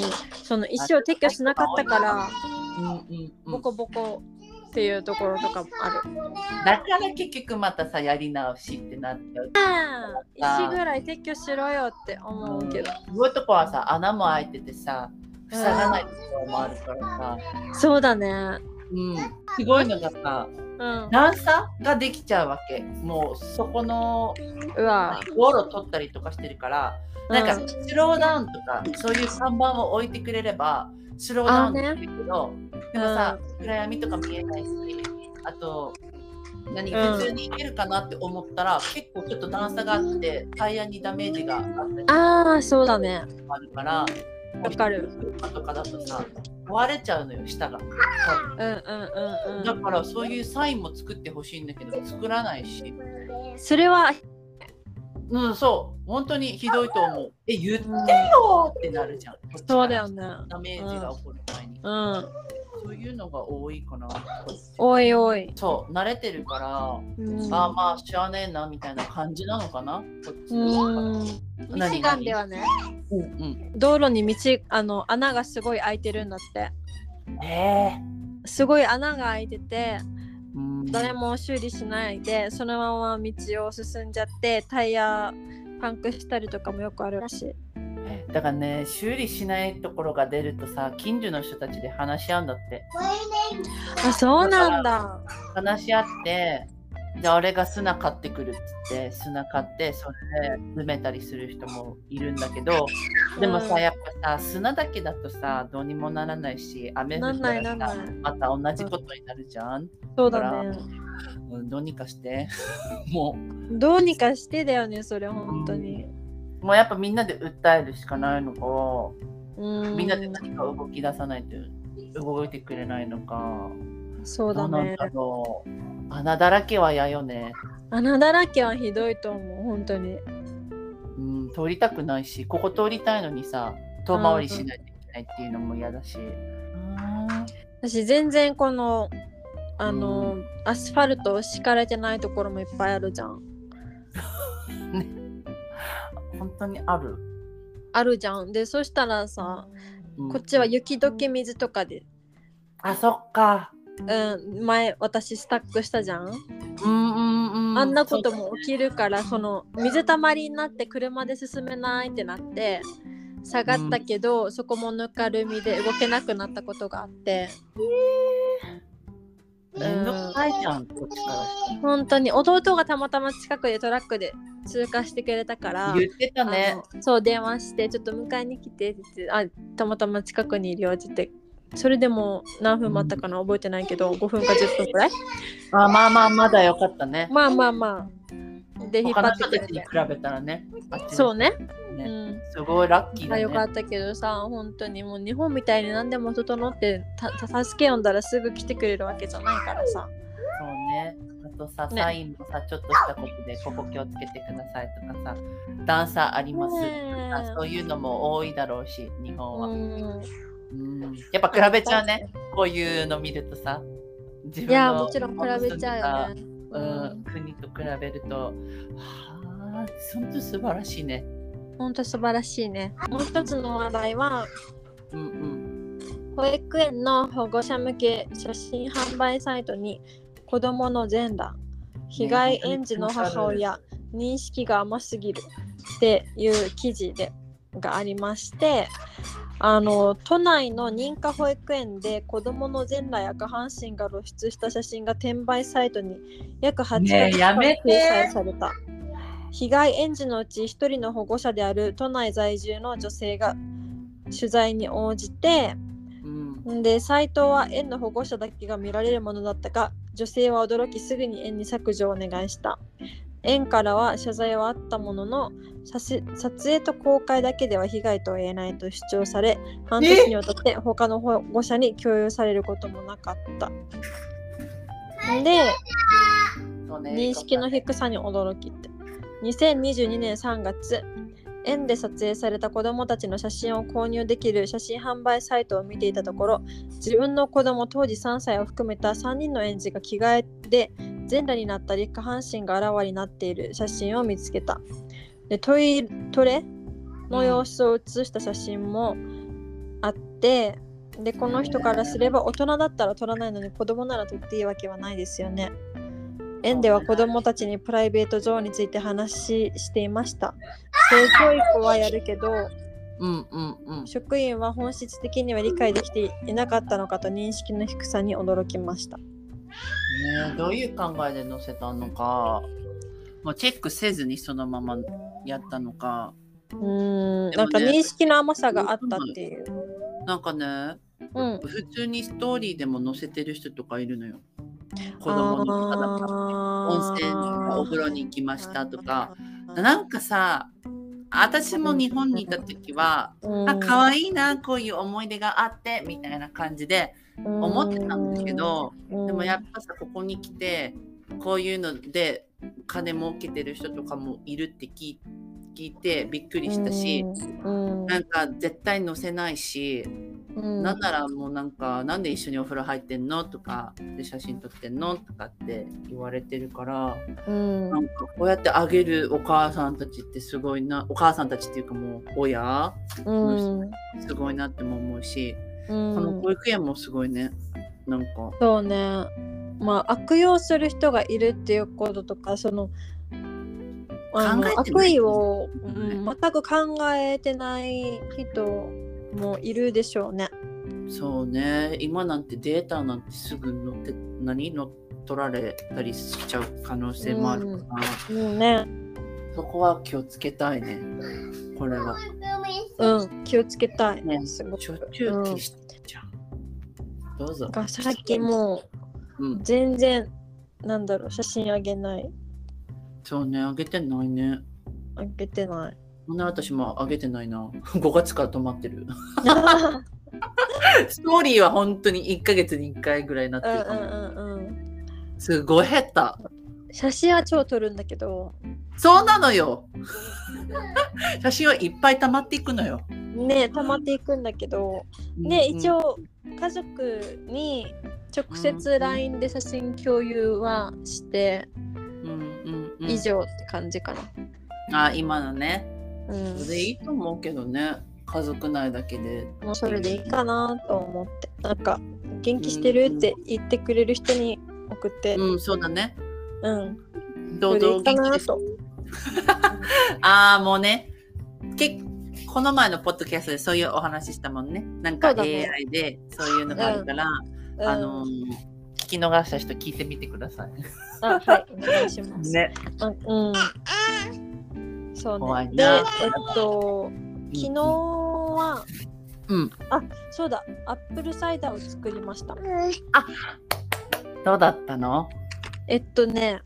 [SPEAKER 1] その石を撤去しなかったから
[SPEAKER 2] うんうんうん
[SPEAKER 1] ボコボコっていうところとかもある、
[SPEAKER 2] だから結局またさ、やり直しってなっちゃう。
[SPEAKER 1] あ石ぐらい撤去しろよって思うけど、
[SPEAKER 2] そういうとこはさ、穴も開いててさ、塞がないところもあるからさ、
[SPEAKER 1] そうだね
[SPEAKER 2] うん、すごいのがさ、
[SPEAKER 1] うん
[SPEAKER 2] 段差ができちゃうわけ。もうそこの
[SPEAKER 1] うわ
[SPEAKER 2] 道路取ったりとかしてるから、なんかスローダウンとかそういう看板を置いてくれればスローダウンできるけど、でもさ、暗闇とか見えないしあと何
[SPEAKER 1] うん
[SPEAKER 2] 普通に行けるかなって思ったら、結構ちょっと段差があってタイヤにダメージがあったり
[SPEAKER 1] あーそうだね
[SPEAKER 2] とかあるから
[SPEAKER 1] わかる
[SPEAKER 2] 車とかだとさ壊れちゃうのよ下が
[SPEAKER 1] うんうんうん
[SPEAKER 2] だ
[SPEAKER 1] うん
[SPEAKER 2] からそういうサインも作ってほしいんだけど作らないし
[SPEAKER 1] それは
[SPEAKER 2] うんそう本当にひどいと思うえ言ってよってなるじゃん
[SPEAKER 1] そうだよね
[SPEAKER 2] ダメージが起こる前に、
[SPEAKER 1] うん
[SPEAKER 2] そういうのが多いかな
[SPEAKER 1] おいおい、
[SPEAKER 2] そう慣れてるから、
[SPEAKER 1] うん
[SPEAKER 2] まあまあしゃあねえなみたいな感じなのかなこっち
[SPEAKER 1] うんミシガンではね
[SPEAKER 2] うんうん
[SPEAKER 1] 道路に道あの穴がすごい開いてるんだって
[SPEAKER 2] え
[SPEAKER 1] すごい穴が開いてて
[SPEAKER 2] ーうん
[SPEAKER 1] 誰も修理しないでそのまま道を進んじゃってタイヤパンクしたりとかもよくあるらしい
[SPEAKER 2] だからね修理しないところが出るとさ近所の人たちで話し合うんだって
[SPEAKER 1] あそうなんだ
[SPEAKER 2] 話し合ってじゃあ俺が砂買ってくるっつって砂買ってそれで詰めたりする人もいるんだけどでも
[SPEAKER 1] う
[SPEAKER 2] さ
[SPEAKER 1] ん
[SPEAKER 2] やっぱさ砂だけだとさどうにもならないし雨
[SPEAKER 1] な
[SPEAKER 2] 降っ
[SPEAKER 1] んな
[SPEAKER 2] た
[SPEAKER 1] いなん
[SPEAKER 2] ら
[SPEAKER 1] な
[SPEAKER 2] さ
[SPEAKER 1] い
[SPEAKER 2] また同じことになるじゃん、
[SPEAKER 1] そうだね
[SPEAKER 2] うん、どうにかして も
[SPEAKER 1] どうにかしてだよねそれ本当に
[SPEAKER 2] うもうやっぱみんなで訴えるしかないのか
[SPEAKER 1] うん
[SPEAKER 2] みんなで何か動き出さないと動いてくれないのか
[SPEAKER 1] そう
[SPEAKER 2] ど
[SPEAKER 1] だ
[SPEAKER 2] うなん
[SPEAKER 1] ね
[SPEAKER 2] だろう穴だらけは嫌よね、
[SPEAKER 1] 穴だらけはひどいと思う本当に
[SPEAKER 2] うん、通りたくないしここ通りたいのにさ遠回りしないといけないっていうのも嫌だし、
[SPEAKER 1] 私全然このあの、アスファルトを敷かれてないところもいっぱいあるじゃん
[SPEAKER 2] 本当にある、
[SPEAKER 1] あるじゃんでそしたらさ
[SPEAKER 2] うん
[SPEAKER 1] こっちは雪解け水とかで、
[SPEAKER 2] あそっか
[SPEAKER 1] うん、前私スタックしたじゃん
[SPEAKER 2] うんうんうん
[SPEAKER 1] あんなことも起きるからその水たまりになって車で進めないってなって下がったけど、そこもぬかるみで動けなくなったことがあって
[SPEAKER 2] めんどくさいじゃん、こっちからした
[SPEAKER 1] 本当に弟がたまたま近くでトラックで通過してくれたから
[SPEAKER 2] ら。言ってたね。
[SPEAKER 1] あのそう電話してちょっと迎えに来てって言ってあたまたま近くにいるよって言ってそれでも何分待ったかな覚えてないけど5分か10分くらい
[SPEAKER 2] あまあまあまだよかったね。
[SPEAKER 1] まあまあまあで引っ
[SPEAKER 2] 他
[SPEAKER 1] 張
[SPEAKER 2] の
[SPEAKER 1] ってくれ
[SPEAKER 2] 人たちに
[SPEAKER 1] て
[SPEAKER 2] 比べたらね。あっちの人
[SPEAKER 1] そうねう
[SPEAKER 2] ね。
[SPEAKER 1] ん
[SPEAKER 2] すごいラッキーだ
[SPEAKER 1] あ
[SPEAKER 2] ね。
[SPEAKER 1] よかったけどさ本当にもう日本みたいに何でも整ってたた助け呼んだらすぐ来てくれるわけじゃないからさ
[SPEAKER 2] そうね。あとさ、
[SPEAKER 1] ね
[SPEAKER 2] サインもさ、ちょっとしたことで、ここ気をつけてくださいとかさ、段差あります、
[SPEAKER 1] ねえ
[SPEAKER 2] あそういうのも多いだろうし、日本は。
[SPEAKER 1] うん
[SPEAKER 2] うんやっぱ比べちゃうね、こういうの見るとさ。自
[SPEAKER 1] いやもちろん比べちゃうよ
[SPEAKER 2] ね。
[SPEAKER 1] ね
[SPEAKER 2] うん、国と比べると、はあ、本当素晴らしいね。
[SPEAKER 1] 本当素晴らしいねもう一つの話題は
[SPEAKER 2] うんうん。
[SPEAKER 1] 保育園の保護者向け写真販売サイトに子どもの全裸被害園児の母親認識が甘すぎるっていう記事でがありましてあの都内の認可保育園で子どもの全裸や下半身が露出した写真が転売サイトに約8
[SPEAKER 2] ねえ
[SPEAKER 1] 月
[SPEAKER 2] やめ
[SPEAKER 1] 掲
[SPEAKER 2] て
[SPEAKER 1] 載された。被害園児のうち1人の保護者である都内在住の女性が取材に応じて、
[SPEAKER 2] うん
[SPEAKER 1] で斎藤は園の保護者だけが見られるものだったが女性は驚きすぐに園に削除をお願いした園からは謝罪はあったもののさせ撮影と公開だけでは被害とは言えないと主張され半年にわたって他の保護者に共有されることもなかったで
[SPEAKER 2] そうね
[SPEAKER 1] 認識の低さに驚きって2022年3月園で撮影された子どもたちの写真を購入できる写真販売サイトを見ていたところ自分の子ども当時3歳を含めた3人の園児が着替えで全裸になったり下半身があらわになっている写真を見つけたでトイトレの様子を写した写真もあってでこの人からすれば大人だったら撮らないのに子供なら撮っていいわけはないですよね園では子供たちにプライベートゾーンについて話ししていました性教育はやるけど
[SPEAKER 2] うんうんうん。
[SPEAKER 1] 職員は本質的には理解できていなかったのかと認識の低さに驚きました
[SPEAKER 2] ねえどういう考えで載せたのか、もうチェックせずにそのままやったのか、
[SPEAKER 1] うーん
[SPEAKER 2] で
[SPEAKER 1] な
[SPEAKER 2] もね
[SPEAKER 1] んか認識の甘さがあったっていう
[SPEAKER 2] なんかね、
[SPEAKER 1] うん
[SPEAKER 2] 普通にストーリーでも載せてる人とかいるのよ。子供のただ温泉お風呂に行きましたとか、なんかさ、私も日本にいた時は、
[SPEAKER 1] うん
[SPEAKER 2] あ可愛いなこういう思い出があってみたいな感じで思ってたんだけど、
[SPEAKER 1] うん
[SPEAKER 2] でもやっぱさここに来てこういうので金儲けてる人とかもいるって聞い聞いてびっくりしたし、
[SPEAKER 1] うん
[SPEAKER 2] なんか絶対載せないし、
[SPEAKER 1] うん
[SPEAKER 2] なんならもうなんかなんで一緒にお風呂入ってんのとかで写真撮ってんのとかって言われてるから
[SPEAKER 1] うん
[SPEAKER 2] なんかこうやってあげるお母さんたちってすごいなお母さんたちっていうかもう親
[SPEAKER 1] うん
[SPEAKER 2] すごいなっても思う
[SPEAKER 1] う
[SPEAKER 2] し、
[SPEAKER 1] ん
[SPEAKER 2] この保育園もすごいねなんか。
[SPEAKER 1] そうねまあ悪用する人がいるっていうこととかそのあの
[SPEAKER 2] 考えてない
[SPEAKER 1] 悪意を、うん全く考えてない人もいるでしょうね。
[SPEAKER 2] そうね今なんてデータなんてすぐ乗って何乗っ取られたりしちゃう可能性もあるから、
[SPEAKER 1] うん、ね、
[SPEAKER 2] そこは気をつけたいねこれは
[SPEAKER 1] うん、気をつけたい。
[SPEAKER 2] ね
[SPEAKER 1] すごく
[SPEAKER 2] しょっちゅう消してんじゃん、どうぞ
[SPEAKER 1] なんかさっきも
[SPEAKER 2] う
[SPEAKER 1] うん全然なんだろう写真あげない
[SPEAKER 2] そうねあげてないね
[SPEAKER 1] あげてない。
[SPEAKER 2] そんな私もあげてない な5月から止まって るストーリーは本当に1ヶ月に1回ぐらいになって
[SPEAKER 1] うん
[SPEAKER 2] る
[SPEAKER 1] う
[SPEAKER 2] かも、
[SPEAKER 1] んうんうん。
[SPEAKER 2] すごい減った
[SPEAKER 1] 写真は超撮るんだけど
[SPEAKER 2] そうなのよ 写真はいっぱい溜まっていくのよ、
[SPEAKER 1] ね溜まっていくんだけど。ね、
[SPEAKER 2] うん
[SPEAKER 1] 一応家族に直接 LINE で写真共有はして
[SPEAKER 2] うんうんうん
[SPEAKER 1] 以上って感じかな。
[SPEAKER 2] あ今のね
[SPEAKER 1] うん
[SPEAKER 2] それでいいと思うけどね家族内だけで
[SPEAKER 1] もうそれでいいかなと思ってなんか「元気してる?」って言ってくれる人に送って
[SPEAKER 2] うんそうだね
[SPEAKER 1] うんそ
[SPEAKER 2] 堂
[SPEAKER 1] れでい
[SPEAKER 2] 々
[SPEAKER 1] いか
[SPEAKER 2] 元気
[SPEAKER 1] な
[SPEAKER 2] です
[SPEAKER 1] と。
[SPEAKER 2] ああもうねけこの前のポッドキャストでそういうお話ししたもんねなんか
[SPEAKER 1] そうだね
[SPEAKER 2] AI でそういうのがあるから、
[SPEAKER 1] うん
[SPEAKER 2] あのー聞き逃した人聞いてみてくださ
[SPEAKER 1] あはいお願いしま
[SPEAKER 2] い。
[SPEAKER 1] す。
[SPEAKER 2] ね。
[SPEAKER 1] あうん。そう
[SPEAKER 2] 怖
[SPEAKER 1] ね。
[SPEAKER 2] い
[SPEAKER 1] で、
[SPEAKER 2] な
[SPEAKER 1] えっと、昨日は、
[SPEAKER 2] うん。
[SPEAKER 1] あそうだ、アップルサイダーを作りました。
[SPEAKER 2] どうだったの？
[SPEAKER 1] えっとね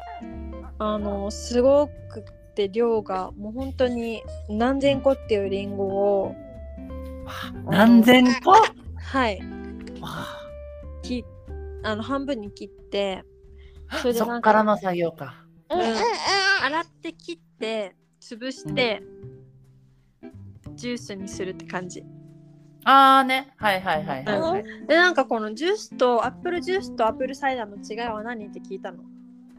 [SPEAKER 1] あのすごくて量がもう本当に何千個っていうリンゴを
[SPEAKER 2] 何千個わ
[SPEAKER 1] はい
[SPEAKER 2] あ
[SPEAKER 1] きあの半分に切ってそれで
[SPEAKER 2] そ
[SPEAKER 1] な
[SPEAKER 2] っ
[SPEAKER 1] んか
[SPEAKER 2] からの作業か。
[SPEAKER 1] うん洗って切って潰して、ジュースにするって感じ
[SPEAKER 2] ああね。はいはいはいはい、はい。
[SPEAKER 1] でなんかこのジュースとアップルジュースとアップルサイダーの違いは何って聞いたの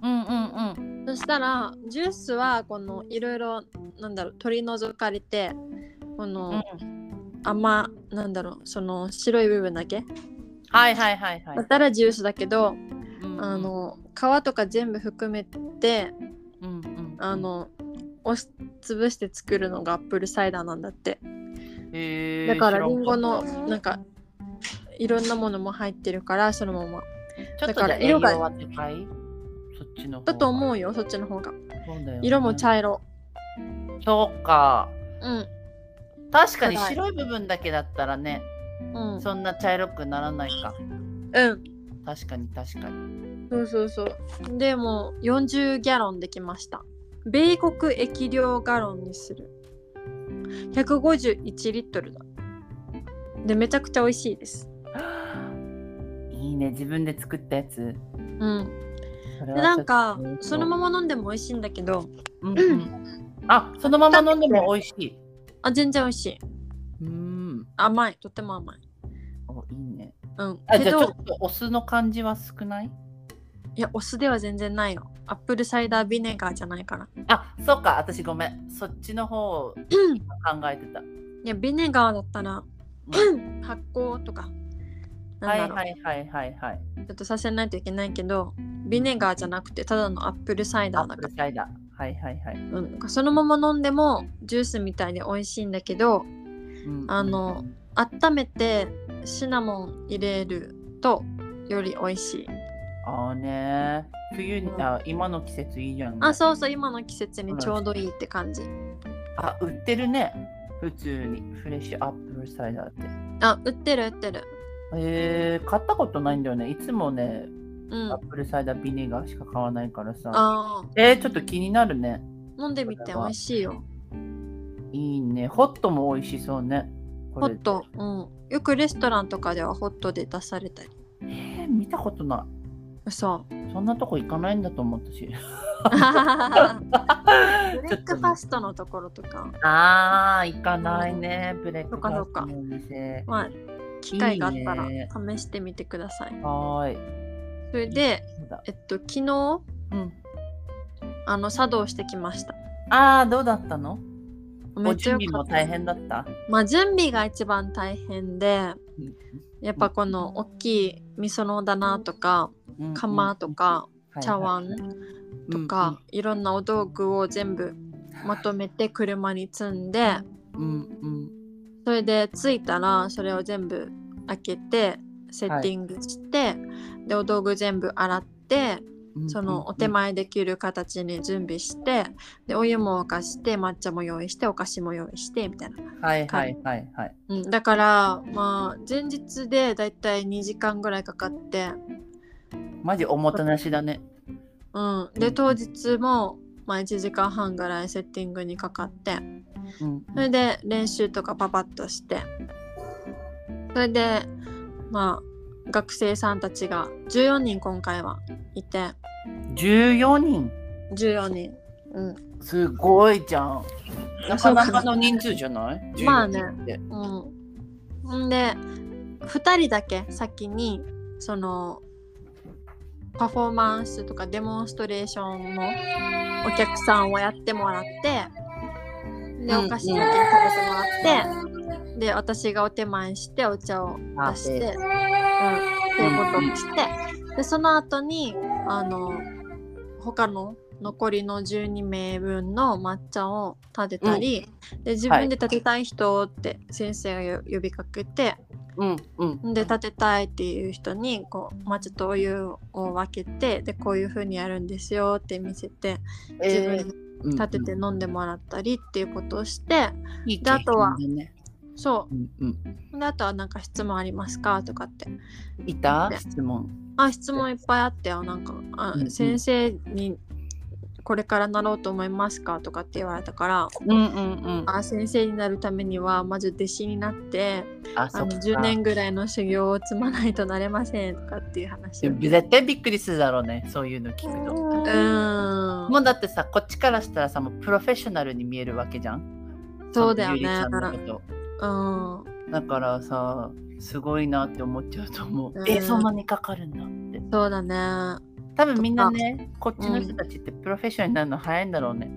[SPEAKER 2] うんうんうん。
[SPEAKER 1] そしたらジュースはこのいろいろなんだろう取り除かれてこの、甘なんだろうその白い部分だけ
[SPEAKER 2] はいはいはいはい
[SPEAKER 1] だっ。たらジュースだけど、
[SPEAKER 2] うんうん
[SPEAKER 1] あ、の皮とか全部含めて
[SPEAKER 2] うんうん、
[SPEAKER 1] あの押し潰して作るのがアップルサイダーなんだって
[SPEAKER 2] へー
[SPEAKER 1] だから
[SPEAKER 2] 知
[SPEAKER 1] リ
[SPEAKER 2] ん
[SPEAKER 1] ンゴ
[SPEAKER 2] かった
[SPEAKER 1] のなんかいろんなものも入ってるからそのまま
[SPEAKER 2] ちょ
[SPEAKER 1] だ
[SPEAKER 2] っと
[SPEAKER 1] か
[SPEAKER 2] じ
[SPEAKER 1] ら
[SPEAKER 2] ゃあ栄養
[SPEAKER 1] 色が
[SPEAKER 2] は高いそっちの方
[SPEAKER 1] だと思うよそっちの方が
[SPEAKER 2] そうだよね
[SPEAKER 1] 色も茶色
[SPEAKER 2] そうか
[SPEAKER 1] うん
[SPEAKER 2] 確かに
[SPEAKER 1] 暗い
[SPEAKER 2] 白い部分だけだったらね
[SPEAKER 1] うん
[SPEAKER 2] そんな茶色くならないか
[SPEAKER 1] うん
[SPEAKER 2] 確かに確か に
[SPEAKER 1] そうそうそうでも40ギャロンできました米国液量ガロンにする151リットルだでめちゃくちゃ美味しいです
[SPEAKER 2] いいね自分で作ったやつ
[SPEAKER 1] うん
[SPEAKER 2] それ
[SPEAKER 1] で
[SPEAKER 2] は
[SPEAKER 1] なんか
[SPEAKER 2] ちょっと
[SPEAKER 1] そのまま飲んでも美味しいんだけど
[SPEAKER 2] うんうんあそのまま飲んでも美味しい
[SPEAKER 1] あ全然美味しいう
[SPEAKER 2] ーん
[SPEAKER 1] 甘いとっても甘い
[SPEAKER 2] おいいね
[SPEAKER 1] うん
[SPEAKER 2] あ
[SPEAKER 1] け
[SPEAKER 2] じゃあち
[SPEAKER 1] ど
[SPEAKER 2] ょっとお酢の感じは少ない
[SPEAKER 1] いやお酢では全然ないよアップルサイダービネガーじゃない から
[SPEAKER 2] あそうか私ごめんそっちの方を考えてた
[SPEAKER 1] いやビネガーだったら
[SPEAKER 2] う
[SPEAKER 1] 発酵とかな
[SPEAKER 2] は
[SPEAKER 1] ん
[SPEAKER 2] い
[SPEAKER 1] だろう、
[SPEAKER 2] はいはいはいはい
[SPEAKER 1] ちょっとさせないといけないけどビネガーじゃなくてただのアップルサイダ
[SPEAKER 2] あ
[SPEAKER 1] ーだ
[SPEAKER 2] こ
[SPEAKER 1] か
[SPEAKER 2] れサイダーはいはいはい、
[SPEAKER 1] ら、うん、なんかそのまま飲んでもジュースみたいで美味しいんだけど
[SPEAKER 2] うん
[SPEAKER 1] あの温めてシナモン入れるとより美味しい
[SPEAKER 2] ああね冬に、
[SPEAKER 1] うん
[SPEAKER 2] あ今の季節いいじゃん
[SPEAKER 1] あそうそう今の季節にちょうどいいって感じ
[SPEAKER 2] あ売ってるね普通にフレッシュアップルサイダーって
[SPEAKER 1] あ売ってる売ってる
[SPEAKER 2] えー、買ったことないんだよねいつもね
[SPEAKER 1] うん
[SPEAKER 2] アップルサイダービネガーしか買わないからさ
[SPEAKER 1] あ
[SPEAKER 2] えー、ちょっと気になるね
[SPEAKER 1] ー飲んでみて美味しいよ
[SPEAKER 2] いいねホットも美味しそうね
[SPEAKER 1] ホ
[SPEAKER 2] これ
[SPEAKER 1] ット、うん、よくレストランとかではホットで出されたり
[SPEAKER 2] えー、見たことな
[SPEAKER 1] 嘘
[SPEAKER 2] いそんなとこ行かないんだと思ったしち
[SPEAKER 1] ブレッ
[SPEAKER 2] ょっ
[SPEAKER 1] ク
[SPEAKER 2] と
[SPEAKER 1] ファストのところとか
[SPEAKER 2] ああ行かないねブレックファストのお店
[SPEAKER 1] まあ機会があったら
[SPEAKER 2] いいね
[SPEAKER 1] 試してみてください。
[SPEAKER 2] はーい
[SPEAKER 1] それで、
[SPEAKER 2] そうだ
[SPEAKER 1] えっと、昨日
[SPEAKER 2] うん
[SPEAKER 1] あの茶道してきました。
[SPEAKER 2] ああ、どうだったの
[SPEAKER 1] めっちゃ
[SPEAKER 2] 準備
[SPEAKER 1] よか
[SPEAKER 2] も
[SPEAKER 1] った。
[SPEAKER 2] 大変だった。
[SPEAKER 1] まあ準備が一番大変で
[SPEAKER 2] うん
[SPEAKER 1] やっぱこの大きい味噌の棚とか釜とか茶碗とか、いろんなお道具を全部まとめて車に積んで
[SPEAKER 2] うんうん
[SPEAKER 1] それで着いたらそれを全部開けてセッティングして、でお道具全部洗って
[SPEAKER 2] うんうん
[SPEAKER 1] そのお手前できる形に準備してでお湯も沸かして抹茶も用意してお菓子も用意してみたいな、
[SPEAKER 2] はいはいはいはい
[SPEAKER 1] うん、だからまあ前日でだいたい2時間ぐらいかかって、
[SPEAKER 2] マジおもてなしだね
[SPEAKER 1] うん、で当日も、まあ、1時間半ぐらいセッティングにかかって
[SPEAKER 2] うん
[SPEAKER 1] それで練習とかパパッとしてそれでまあ学生さんたちが14人今回はいて
[SPEAKER 2] 14人
[SPEAKER 1] 14人、うん、
[SPEAKER 2] すごいじゃんなかなかの人数じゃない
[SPEAKER 1] まあね
[SPEAKER 2] 14人って
[SPEAKER 1] うん、んで2人だけ先にそのパフォーマンスとかデモンストレーションのお客さんをやってもらってで
[SPEAKER 2] うん
[SPEAKER 1] お菓子だけ食べてもらって、で私がお手前してお茶を出して、うん、っていうことをしてでその後にあの他の残りの12名分の抹茶を立てたり、で自分で立てたい人って先生が呼びかけて、
[SPEAKER 2] うんうん
[SPEAKER 1] で立てたいっていう人にこう抹茶とお湯を分けてでこういう風にやるんですよって見せて自分で立てて
[SPEAKER 2] る
[SPEAKER 1] 飲んでもらったりっていうことをして、
[SPEAKER 2] で
[SPEAKER 1] であとは
[SPEAKER 2] ね
[SPEAKER 1] そ
[SPEAKER 2] うんうん
[SPEAKER 1] うであとはなんか質問ありますかとかって
[SPEAKER 2] いた質問
[SPEAKER 1] あ質問いっぱいあったよなんかあ、
[SPEAKER 2] うんうん
[SPEAKER 1] 先生にこれからなろうと思いますか?」とかって言われたから
[SPEAKER 2] うんうんうん
[SPEAKER 1] 「あ先生になるためにはまず弟子になって
[SPEAKER 2] あ
[SPEAKER 1] あ
[SPEAKER 2] そ
[SPEAKER 1] の
[SPEAKER 2] っか
[SPEAKER 1] 10年ぐらいの修行を積まないとなれません」とかっていう話を
[SPEAKER 2] 絶対びっくりするだろうねそういうの聞くと。
[SPEAKER 1] うーん
[SPEAKER 2] もうだってさこっちからしたらさもうプロフェッショナルに見えるわけじゃん
[SPEAKER 1] そうだよ
[SPEAKER 2] ゆりち
[SPEAKER 1] ね
[SPEAKER 2] ゃんのこと
[SPEAKER 1] うん
[SPEAKER 2] だからさすごいなって思っちゃうと思う、
[SPEAKER 1] うん
[SPEAKER 2] えそんなにかかるんだって
[SPEAKER 1] そうだね
[SPEAKER 2] 多分みんなねこっちの人たちってプロフェッショナルになるの早いんだろうね、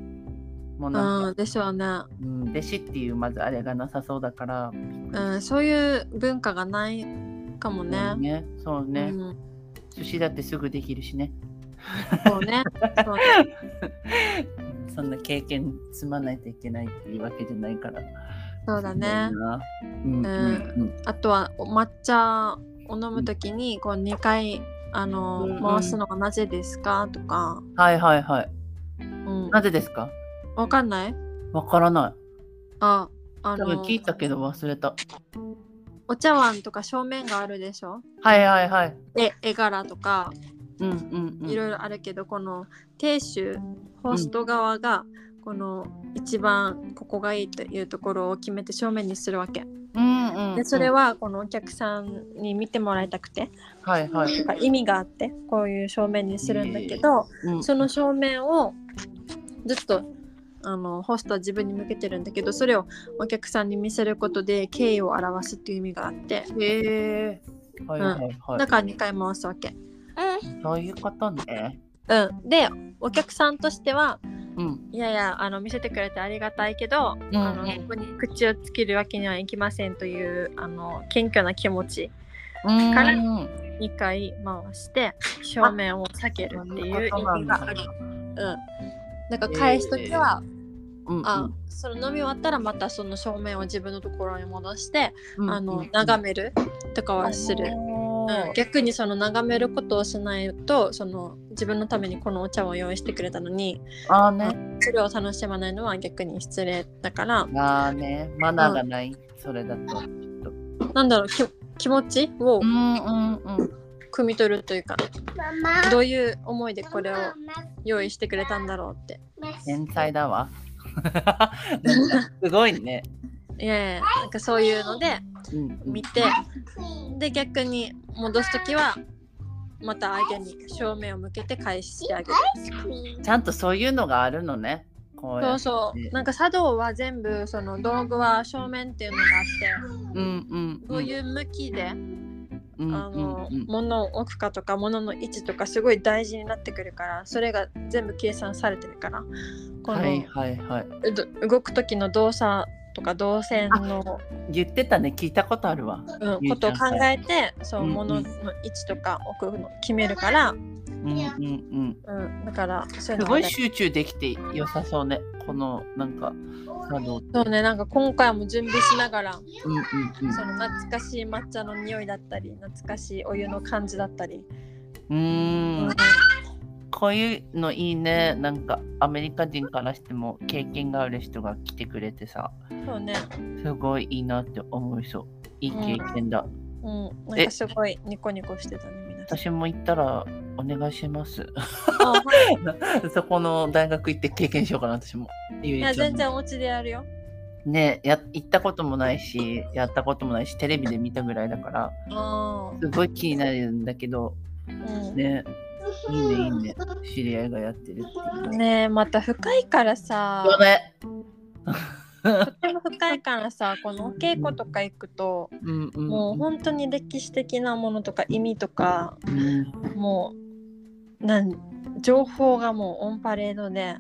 [SPEAKER 2] もうなんか、
[SPEAKER 1] うんでしょうね
[SPEAKER 2] うん弟子っていうまずあれがなさそうだから
[SPEAKER 1] うんそういう文化がないかもね
[SPEAKER 2] うんねそうね、
[SPEAKER 1] うん
[SPEAKER 2] 寿司だってすぐできるしね
[SPEAKER 1] そうねそうね
[SPEAKER 2] うんそんな経験積まないといけないっていうわけじゃないから
[SPEAKER 1] そうだね
[SPEAKER 2] すごいなうんうんうん
[SPEAKER 1] あとはお抹茶を飲むときにこう2回あの、
[SPEAKER 2] うんうん
[SPEAKER 1] 回すのがなぜですかとか、
[SPEAKER 2] はいはいはい
[SPEAKER 1] うん、
[SPEAKER 2] なぜですか
[SPEAKER 1] わかんない
[SPEAKER 2] わからない
[SPEAKER 1] ああ
[SPEAKER 2] 多分
[SPEAKER 1] の
[SPEAKER 2] 聞いたけど忘れた。
[SPEAKER 1] お茶碗とか正面があるでしょ
[SPEAKER 2] はいはいはい。
[SPEAKER 1] で絵柄とか
[SPEAKER 2] うんうんうん。
[SPEAKER 1] いろいろあるけど、この亭主ホスト側がこの一番ここがいいというところを決めて正面にするわけ
[SPEAKER 2] うんうんうん。
[SPEAKER 1] でそれはこのお客さんに見てもらいたくて
[SPEAKER 2] はいは
[SPEAKER 1] ないん。か意味があってこういう正面にするんだけど、
[SPEAKER 2] うん
[SPEAKER 1] その正面をずっとあのホストは自分に向けてるんだけどそれをお客さんに見せることで敬意を表すっていう意味があって
[SPEAKER 2] へえ。はいはいはい。
[SPEAKER 1] だから2回回すわけ。
[SPEAKER 2] そういうことね。
[SPEAKER 1] うん、でお客さんとしては
[SPEAKER 2] うん。
[SPEAKER 1] いやいやあの見せてくれてありがたいけど、
[SPEAKER 2] うん
[SPEAKER 1] あのここに口をつけるわけにはいきませんというあの謙虚な気持ち
[SPEAKER 2] から
[SPEAKER 1] 2回回して正面を避けるっていう意味がある。うん、なんか返す時は、あその飲み終わったらまたその正面を自分のところに戻して、あの眺めるとかはする、うん、逆にその眺めることをしないとその自分のためにこのお茶を用意してくれたのに
[SPEAKER 2] ああね。
[SPEAKER 1] それを楽しまないのは逆に失礼だから
[SPEAKER 2] ああね。マナーがない。それだと。
[SPEAKER 1] なんだろうき気持ちを
[SPEAKER 2] んうんうん。
[SPEAKER 1] 汲み取るというか
[SPEAKER 3] ママ
[SPEAKER 1] どういう思いでこれを
[SPEAKER 3] ママ
[SPEAKER 1] 用意してくれたんだろうって
[SPEAKER 2] 天才だ わ。すごいね。
[SPEAKER 1] いやいやなんかそういうので
[SPEAKER 2] うんうん
[SPEAKER 1] 見てで逆に戻す時はまた相手に正面を向けて返してあげる
[SPEAKER 2] ちゃんとそういうのがあるのね。こう
[SPEAKER 1] そ
[SPEAKER 2] や
[SPEAKER 1] う
[SPEAKER 2] って
[SPEAKER 1] そうなんか茶道は全部その道具は正面っていうのがあって
[SPEAKER 2] うんうんん。
[SPEAKER 1] どういう向きで、
[SPEAKER 2] うんうん
[SPEAKER 1] あの、
[SPEAKER 2] うん
[SPEAKER 1] 物を置くかとか物の位置とかすごい大事になってくるからそれが全部計算されてるからこの、
[SPEAKER 2] はいはいはい。
[SPEAKER 1] ど動く時の動作とか動線の、
[SPEAKER 2] 言ってたね、聞いたことあるわ。
[SPEAKER 1] うん、
[SPEAKER 2] ゆ
[SPEAKER 1] こ
[SPEAKER 2] うち
[SPEAKER 1] と
[SPEAKER 2] ゃ
[SPEAKER 1] を
[SPEAKER 2] ん
[SPEAKER 1] 考えてそう、
[SPEAKER 2] うんうん
[SPEAKER 1] 物の位置とか置くの決めるから、
[SPEAKER 2] うんうんうん。
[SPEAKER 1] うん、だからそういう
[SPEAKER 2] す
[SPEAKER 1] の
[SPEAKER 2] ご
[SPEAKER 1] が
[SPEAKER 2] い集中できて良さそうね。このなんか、あの、うん
[SPEAKER 1] そうねなんか今回も準備しながら
[SPEAKER 2] うん
[SPEAKER 1] その懐かしい抹茶の匂いだったり懐かしいお湯の感じだったり、
[SPEAKER 2] うん。うー
[SPEAKER 1] うん
[SPEAKER 2] ん。こういうのいいね。なんかアメリカ人からしても経験がある人が来てくれてさ、
[SPEAKER 1] そうね、
[SPEAKER 2] すごいいいなって思いそう。いい経験だ。
[SPEAKER 1] うん、なん
[SPEAKER 2] え
[SPEAKER 1] かすごいニコニコしてたね皆 さん。
[SPEAKER 2] 私も行ったらお願いし ます。
[SPEAKER 1] あはい
[SPEAKER 2] そこの大学行って経験しようかな、私も。ゆ
[SPEAKER 1] い
[SPEAKER 2] りちゃ
[SPEAKER 1] や
[SPEAKER 2] ん
[SPEAKER 1] 全
[SPEAKER 2] も
[SPEAKER 1] 然お家でやるよ。
[SPEAKER 2] ねや行ったこともないしやったこともないしテレビで見たぐらいだから
[SPEAKER 1] あ
[SPEAKER 2] すごい気になるんだけど
[SPEAKER 1] うん
[SPEAKER 2] ねいいねいいね知り合いがやってるっていう
[SPEAKER 1] ねえまた深いからさ
[SPEAKER 2] そうね
[SPEAKER 1] とても深いからさこのお稽古とか行くと
[SPEAKER 2] うんうん
[SPEAKER 1] もう
[SPEAKER 2] う
[SPEAKER 1] 本当に歴史的なものとか意味とか
[SPEAKER 2] ん
[SPEAKER 1] もうなん情報がもうオンパレードで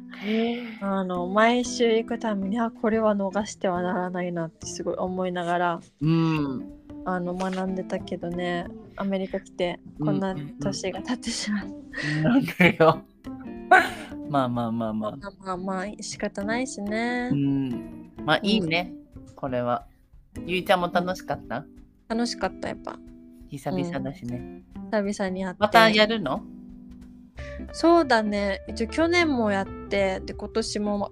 [SPEAKER 1] あの毎週行くためにあこれは逃してはならないなってすごい思いながら
[SPEAKER 2] うん
[SPEAKER 1] あの学んでたけどねアメリカ来てこんな年が経ってしまった。
[SPEAKER 2] なんだよ まあまあまあまあ
[SPEAKER 1] まあまあまあ仕方ないしね、
[SPEAKER 2] うんまあいいねこれはゆいちゃんも楽しかった
[SPEAKER 1] 楽しかったやっぱ
[SPEAKER 2] 久々だしね
[SPEAKER 1] 久々にやって
[SPEAKER 2] またやるの
[SPEAKER 1] そうだね一応去年もやってで今年もま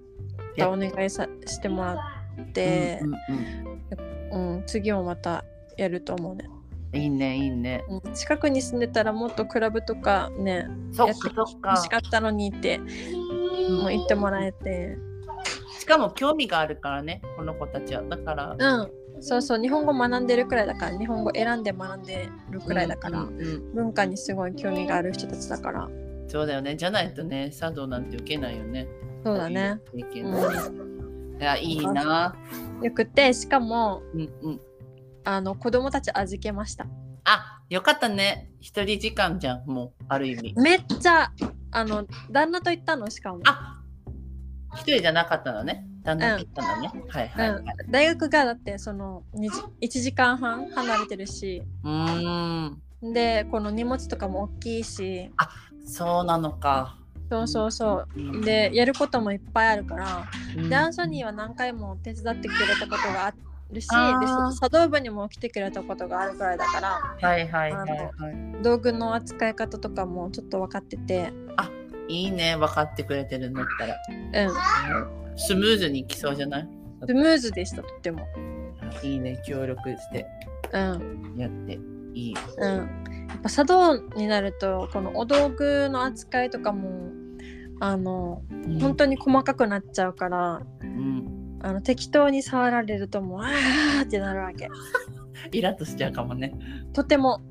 [SPEAKER 2] や
[SPEAKER 1] たお願いさしてもらって
[SPEAKER 2] う、んうん
[SPEAKER 1] うん次もまたやると思うね、
[SPEAKER 2] うんいいねいいね
[SPEAKER 1] うん近くに住んでたらもっとクラブとかね
[SPEAKER 2] そっかそっ
[SPEAKER 1] 欲し
[SPEAKER 2] か
[SPEAKER 1] かったのにってもう言ってもらえて
[SPEAKER 2] しかも興味があるからね、この子たちは。だから、
[SPEAKER 1] うんそうそう日本語学んでるくらいだから日本語選んで学んでるくらいだから、
[SPEAKER 2] うんうん
[SPEAKER 1] 文化にすごい興味がある人たちだから
[SPEAKER 2] そうだよね。じゃないとね、茶道なんて受けないよね。
[SPEAKER 1] そうだね。
[SPEAKER 2] 経験だねいや、いいな。
[SPEAKER 1] よくてしかも
[SPEAKER 2] うんうん。
[SPEAKER 1] あの子供たち預けました
[SPEAKER 2] あ、よかったね。一人時間じゃん、もう、ある意味。
[SPEAKER 1] めっちゃあの旦那と行ったのしかも
[SPEAKER 2] あ、一人じゃなかったのね。旦那切ったのね。はいはいはい。
[SPEAKER 1] 大学がだってそのに1時間半離れてるし
[SPEAKER 2] うーん。
[SPEAKER 1] でこの荷物とかも大きいし
[SPEAKER 2] そうなのか。。
[SPEAKER 1] そうそうそううんでやることもいっぱいあるから
[SPEAKER 2] うん
[SPEAKER 1] でアンソニーは何回も手伝ってくれたことがあるし
[SPEAKER 2] あー
[SPEAKER 1] でそ茶道部にも来てくれたことがあるくらいだから
[SPEAKER 2] はいはいはいは
[SPEAKER 1] 道具の扱い方とかもちょっと分かってて
[SPEAKER 2] い。いいね、分かってくれてるんだったら。
[SPEAKER 1] うん
[SPEAKER 2] スムーズにいきそうじゃない
[SPEAKER 1] スムーズでしたとっても
[SPEAKER 2] いいね、協力して
[SPEAKER 1] うん
[SPEAKER 2] やって。いい。
[SPEAKER 1] うんやっぱ茶道になるとこのお道具の扱いとかもあの本当に細かくなっちゃうから
[SPEAKER 2] うん。
[SPEAKER 1] あの適当に触られるともうあーってなるわけ
[SPEAKER 2] イラッとしちゃうかもね。
[SPEAKER 1] とても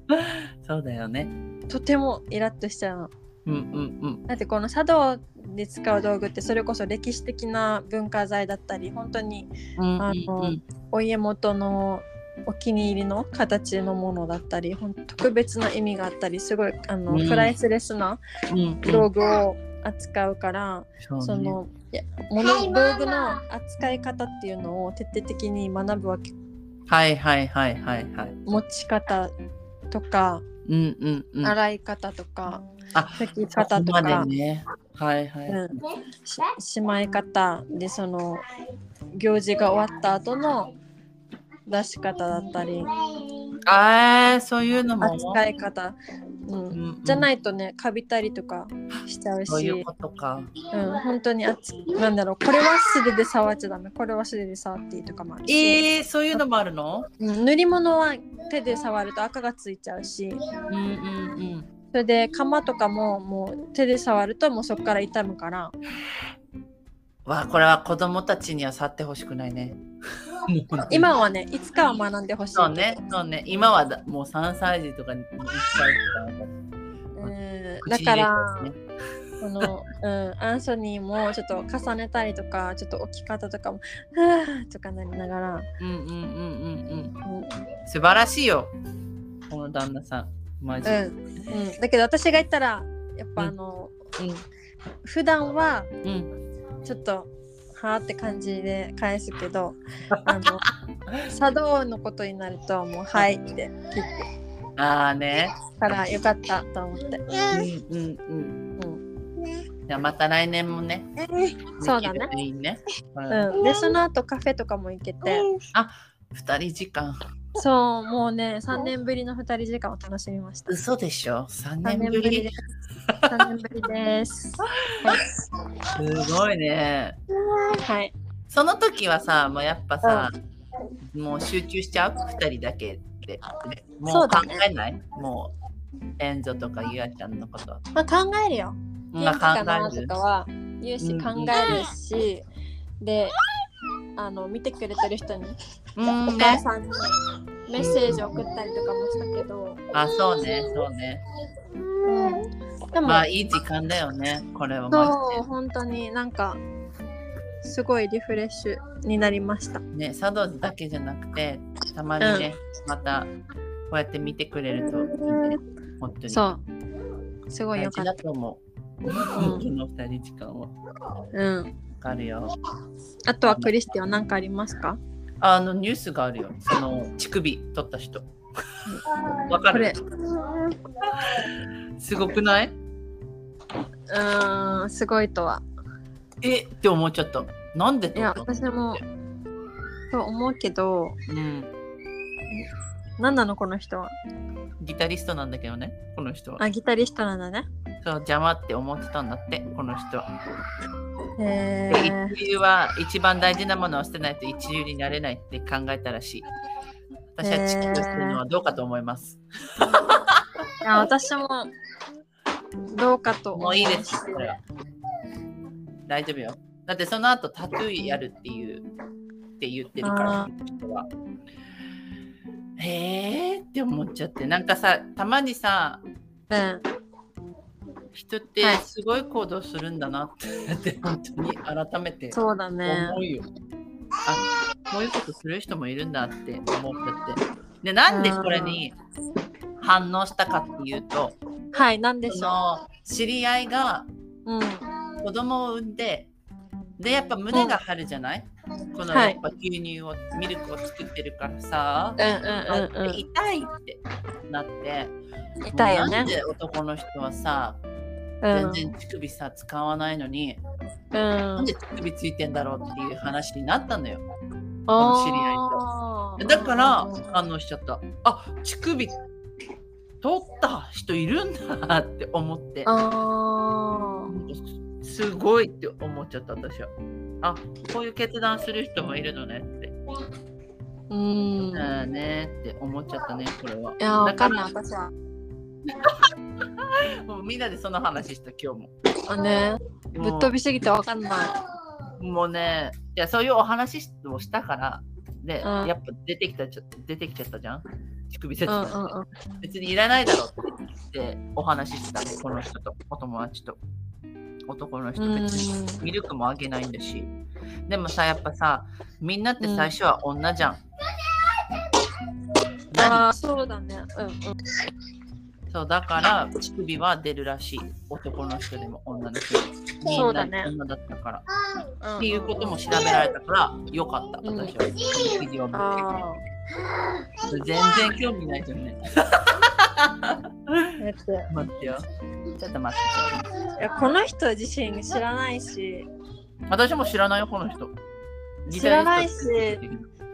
[SPEAKER 2] そうだよね。
[SPEAKER 1] とてもイラッとしちゃうの
[SPEAKER 2] うんうんうん。
[SPEAKER 1] だってこの茶道で使う道具ってそれこそ歴史的な文化財だったり本当に
[SPEAKER 2] うん
[SPEAKER 1] あ
[SPEAKER 2] うんう
[SPEAKER 1] の
[SPEAKER 2] ん
[SPEAKER 1] お家元のお気に入りの形のものだったりほん特別な意味があったりすごいあの、
[SPEAKER 2] うん
[SPEAKER 1] プライスレスな
[SPEAKER 2] うん
[SPEAKER 1] 道具を扱うから、
[SPEAKER 2] そ
[SPEAKER 1] そう
[SPEAKER 2] ね
[SPEAKER 1] のいや物道具の扱い方っていうのを徹底的に学ぶわけ
[SPEAKER 2] はいはいはいはいはい。
[SPEAKER 1] 持ち方とか
[SPEAKER 2] うんうんうん。
[SPEAKER 1] 洗い方とか、
[SPEAKER 2] あ
[SPEAKER 1] 拭き方と
[SPEAKER 2] そこま
[SPEAKER 1] か、
[SPEAKER 2] でね。はいはい。
[SPEAKER 1] うん、ししまい方でその行事が終わった後の出し方だったり
[SPEAKER 2] ああ、そういうのも。
[SPEAKER 1] 扱い方、うん
[SPEAKER 2] うんうん
[SPEAKER 1] じゃないとねかびたりとかしちゃうし
[SPEAKER 2] そういうこと
[SPEAKER 1] う
[SPEAKER 2] か。
[SPEAKER 1] ん、本当にあつなんだろうこれは素手で触っちゃダメこれは素手で触っていいとかもあるし、
[SPEAKER 2] えー、そういうのもあるの
[SPEAKER 1] うん塗り物は手で触ると赤がついちゃうし
[SPEAKER 2] うんうん
[SPEAKER 1] それで釜とかももう手で触るともうそこから傷むから。
[SPEAKER 2] うん。わあ、これは子供たちには去ってほしくないね。
[SPEAKER 1] 今はねいつかは学んでほしいけど
[SPEAKER 2] そうね、そうね。今はだもう3歳児とかに1歳児とか。
[SPEAKER 1] うんだ
[SPEAKER 2] 口に
[SPEAKER 1] か
[SPEAKER 2] 入れて
[SPEAKER 1] ら
[SPEAKER 2] ますね
[SPEAKER 1] この、うん、アンソニーもちょっと重ねたりとかちょっと置き方とかも「はぁ」とかなりながら、
[SPEAKER 2] うんうんうんうんうん。
[SPEAKER 1] うん
[SPEAKER 2] 素晴らしいよ。この旦那さん。マジ。
[SPEAKER 1] うんうんだけど私が言ったらやっぱ
[SPEAKER 2] うん
[SPEAKER 1] あの、普段は
[SPEAKER 2] うん。うん。
[SPEAKER 1] ちょっと「はぁ」って感じで返すけどあ の茶道のことになるともう「はい」って切って
[SPEAKER 2] ああね。
[SPEAKER 1] からよかったと思って、
[SPEAKER 2] うんうん
[SPEAKER 1] うん
[SPEAKER 2] うん。じゃあまた来年もね。
[SPEAKER 1] そうだね
[SPEAKER 2] できるといいね。うん。
[SPEAKER 1] うん、でその後カフェとかも行けて。
[SPEAKER 2] 二人時間。
[SPEAKER 1] そう、もうね、3年ぶりの2人時間を楽しみました。
[SPEAKER 2] 嘘でしょ。三
[SPEAKER 1] 3
[SPEAKER 2] 年
[SPEAKER 1] 年
[SPEAKER 2] ぶ
[SPEAKER 1] ぶりで
[SPEAKER 2] り。
[SPEAKER 1] す。3年ぶりです。
[SPEAKER 2] すごいね。
[SPEAKER 1] はい。
[SPEAKER 2] その時はさ、もうやっぱさ、もう集中しちゃう二人だけで。も
[SPEAKER 1] そうう
[SPEAKER 2] 考
[SPEAKER 1] だね
[SPEAKER 2] えない。もう。エンゾとかゆあちゃんのこと。
[SPEAKER 1] まあ、考えるよ。元
[SPEAKER 2] ま
[SPEAKER 1] 気か
[SPEAKER 2] あ
[SPEAKER 1] な
[SPEAKER 2] 考え
[SPEAKER 1] と
[SPEAKER 2] る
[SPEAKER 1] か。は言うし、
[SPEAKER 2] うん
[SPEAKER 1] 考えるし、で、あの、見てくれてる人に、
[SPEAKER 2] う
[SPEAKER 1] お
[SPEAKER 2] ん
[SPEAKER 1] 母
[SPEAKER 2] ね。
[SPEAKER 1] さんにメッセージを送ったりとかもしたけど、
[SPEAKER 2] あ、そうね。そうね。
[SPEAKER 1] うん、でも、
[SPEAKER 2] まあいい時間だよね。これはマジ
[SPEAKER 1] そう、本当になんか、すごいリフレッシュになりました。
[SPEAKER 2] で。ね、茶道だけじゃなくて、たまにね、またこうやって見てくれるといいね。本当に。
[SPEAKER 1] そう。すごい
[SPEAKER 2] 大
[SPEAKER 1] よか
[SPEAKER 2] 事
[SPEAKER 1] っ
[SPEAKER 2] だと思う。
[SPEAKER 1] ん
[SPEAKER 2] この二人時間は。わ
[SPEAKER 1] た。うん。
[SPEAKER 2] かるよ。
[SPEAKER 1] あとはクリスティは何かありますか
[SPEAKER 2] あのニュースがあるよ。その乳首取った人。わか
[SPEAKER 1] こ
[SPEAKER 2] る
[SPEAKER 1] れ。
[SPEAKER 2] すごくない？
[SPEAKER 1] うーんすごいとは
[SPEAKER 2] えって思っちゃった。なんで
[SPEAKER 1] い
[SPEAKER 2] 取
[SPEAKER 1] や
[SPEAKER 2] ったの
[SPEAKER 1] 私もそう思うけど
[SPEAKER 2] うん。
[SPEAKER 1] 何なのこの人は
[SPEAKER 2] ギタリストなんだけどね。この人は。
[SPEAKER 1] あギタリストなんだね
[SPEAKER 2] そう邪魔って思ってたんだって。この人は。
[SPEAKER 1] へ
[SPEAKER 2] で
[SPEAKER 1] え
[SPEAKER 2] 一流は一番大事なものを捨てないと一流になれないって考えたらしい。私は乳首を捨てるのはどうかと思います。
[SPEAKER 1] いや私もどうかと思
[SPEAKER 2] もういいです。これは大丈夫よ。だってその後タトゥーやるっていうって言ってるから
[SPEAKER 1] あ
[SPEAKER 2] 人は。えーって思っちゃってなんかさたまにさ
[SPEAKER 1] うん、
[SPEAKER 2] 人って
[SPEAKER 1] はい
[SPEAKER 2] すごい行動するんだなって、 本当に改めて
[SPEAKER 1] そうだね。
[SPEAKER 2] 思うよ。あこういうことする人もいるんだって思ったって。でなんでこれに反応したかっていうと
[SPEAKER 1] はい、なんでし
[SPEAKER 2] そ
[SPEAKER 1] ょ
[SPEAKER 2] の知り合いが
[SPEAKER 1] う。うん、
[SPEAKER 2] 子供を産んででやっぱ胸が張るじゃない、この
[SPEAKER 1] は
[SPEAKER 2] や
[SPEAKER 1] い
[SPEAKER 2] っぱ牛乳をミルクを作ってるからさ、
[SPEAKER 1] うん、うん、うん
[SPEAKER 2] 痛いってなって
[SPEAKER 1] うん。痛いよ
[SPEAKER 2] な
[SPEAKER 1] ね
[SPEAKER 2] ん。で男の人はさ
[SPEAKER 1] うん
[SPEAKER 2] 全、然乳首さ使わないのに、
[SPEAKER 1] う
[SPEAKER 2] なん
[SPEAKER 1] ん。
[SPEAKER 2] で乳首ついてんだろうっていう話になったのよ
[SPEAKER 1] あ
[SPEAKER 2] 知り
[SPEAKER 1] ー
[SPEAKER 2] 合いだから
[SPEAKER 1] うん
[SPEAKER 2] 反応しちゃったあ乳首取った人いるんだって思って
[SPEAKER 1] あー
[SPEAKER 2] すごいって思っちゃった私はあこういう決断する人もいるのねって
[SPEAKER 1] うん。い
[SPEAKER 2] あーねーって思っちゃったね、これは。
[SPEAKER 1] や、わ
[SPEAKER 2] だか
[SPEAKER 1] からんない、私は。
[SPEAKER 2] もうみんなでその話した、今日も。
[SPEAKER 1] あ、ね。ぶっ
[SPEAKER 2] もう
[SPEAKER 1] 飛びすぎてわかんない。
[SPEAKER 2] もうね、いや、そういうお話をしたから、で、
[SPEAKER 1] うん
[SPEAKER 2] やっぱ出てきたちゃ出てきちゃったじゃん。乳首切
[SPEAKER 1] う
[SPEAKER 2] 断
[SPEAKER 1] ん、うん、うん。
[SPEAKER 2] 別にいらないだろうって言ってお話ししたのこの人と、お友達と。男の人別に
[SPEAKER 1] う
[SPEAKER 2] ミルクもあげないんだし。でもさ、やっぱさ、みんなって最初は女じゃん。
[SPEAKER 1] ああ、そうだね。うん、うん。
[SPEAKER 2] そうだから乳首は出るらしい男の人でも女の人でもみんな
[SPEAKER 1] そうだね
[SPEAKER 2] 女だったから、
[SPEAKER 1] うん
[SPEAKER 2] っていうことも調べられたからよかった
[SPEAKER 1] うん
[SPEAKER 2] 私は、この記事を見
[SPEAKER 1] ああ。
[SPEAKER 2] て全然興味ないじゃんね
[SPEAKER 1] だって
[SPEAKER 2] 待ってよちょっと待ってちょっ
[SPEAKER 1] いやこの人自身知らないし
[SPEAKER 2] と私も知らないよこの人
[SPEAKER 1] 知らないし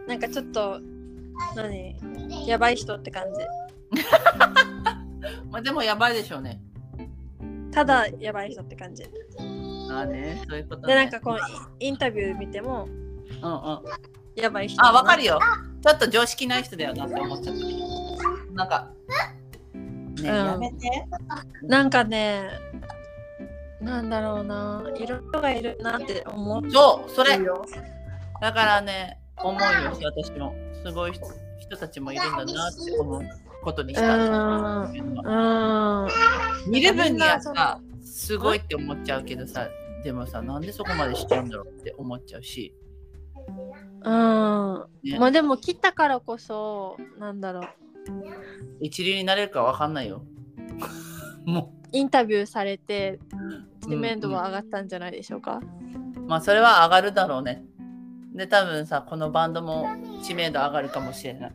[SPEAKER 1] なんかちょっと何やばい人って感じ
[SPEAKER 2] まあでもやばいでしょうね
[SPEAKER 1] ただやばい人って感じで
[SPEAKER 2] ああねそういうこと、ね、
[SPEAKER 1] なんかこうインタビュー見ても
[SPEAKER 2] うんうん
[SPEAKER 1] やばい人
[SPEAKER 2] あ、わかるよ。ちょっと常識ない人だよなって思っちゃった。なんか。ね、
[SPEAKER 1] うん
[SPEAKER 2] やめて。
[SPEAKER 1] なんかねなんだろうないろんな人がいるなって思う
[SPEAKER 2] そう、それ。
[SPEAKER 1] よ
[SPEAKER 2] だからね、思うよ、私も。すごい人人たちもいるんだなって思うことにした。
[SPEAKER 1] うんうん
[SPEAKER 2] 見る分
[SPEAKER 1] み
[SPEAKER 2] には
[SPEAKER 1] んな
[SPEAKER 2] さ、すごいって思っちゃうけどさ、でもさ、なんでそこまでしちゃうんだろうって思っちゃうし。
[SPEAKER 1] うん
[SPEAKER 2] ね
[SPEAKER 1] まあでも切ったからこそなんだろう
[SPEAKER 2] 一流になれるかわかんないよ。も
[SPEAKER 1] インタビューされて
[SPEAKER 2] う。
[SPEAKER 1] 知名度は上がったんじゃないでしょうか、
[SPEAKER 2] まあそれは上がるだろうね。で多分さこのバンドも知名度上がるかもしれない。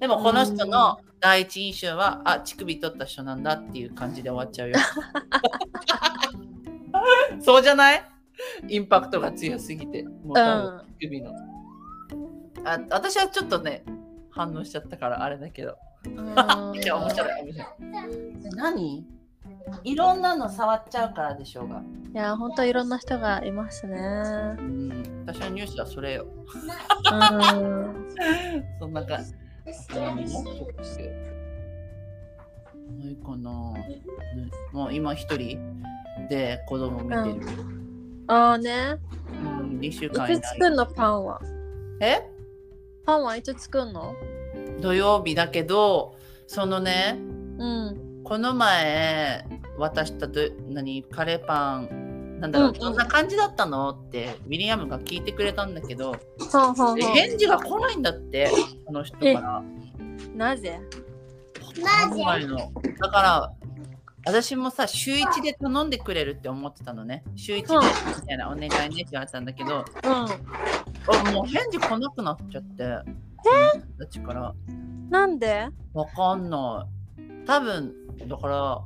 [SPEAKER 2] でもこの人の第一印象は、あ乳首取った人なんだっていう感じで終わっちゃ うよ。そうじゃないインパクトが強すぎてもう多分
[SPEAKER 1] うん
[SPEAKER 2] 乳首の、あ。私はちょっとね反応しちゃったからあれだけど。いや面白い面白い。何いろんなの触っちゃうからでしょうが。
[SPEAKER 1] いや、本当いろんな人がいますね。
[SPEAKER 2] うん、私のニュースはそれ
[SPEAKER 1] う
[SPEAKER 2] よ。
[SPEAKER 1] ん。
[SPEAKER 2] そんな感じ。何も特殊ないかな、ねもう今一人で子供見てる。
[SPEAKER 1] ああね。
[SPEAKER 2] うん、2週
[SPEAKER 1] い
[SPEAKER 2] 間
[SPEAKER 1] つ
[SPEAKER 2] いない。
[SPEAKER 1] 作んのパンは。
[SPEAKER 2] え
[SPEAKER 1] パンはいつ作んの
[SPEAKER 2] 土曜日だけど、そのね、
[SPEAKER 1] うん。
[SPEAKER 2] この前渡したど何カレーパン、なんだろ
[SPEAKER 1] う
[SPEAKER 2] う、
[SPEAKER 1] ん
[SPEAKER 2] どんな感じだったのってウィリアムが聞いてくれたんだけど、
[SPEAKER 1] ほうほうほ
[SPEAKER 2] え返事が来ないんだって、この人から。
[SPEAKER 1] う。なぜ
[SPEAKER 2] 今回のだから私もさ週1で頼んでくれるって思ってたのね週1で
[SPEAKER 1] うん
[SPEAKER 2] みたいなお願いねって言われたんだけど
[SPEAKER 1] う
[SPEAKER 2] あもう返事来なくなっちゃってえたちから
[SPEAKER 1] ん。なんで
[SPEAKER 2] わかんない多分だから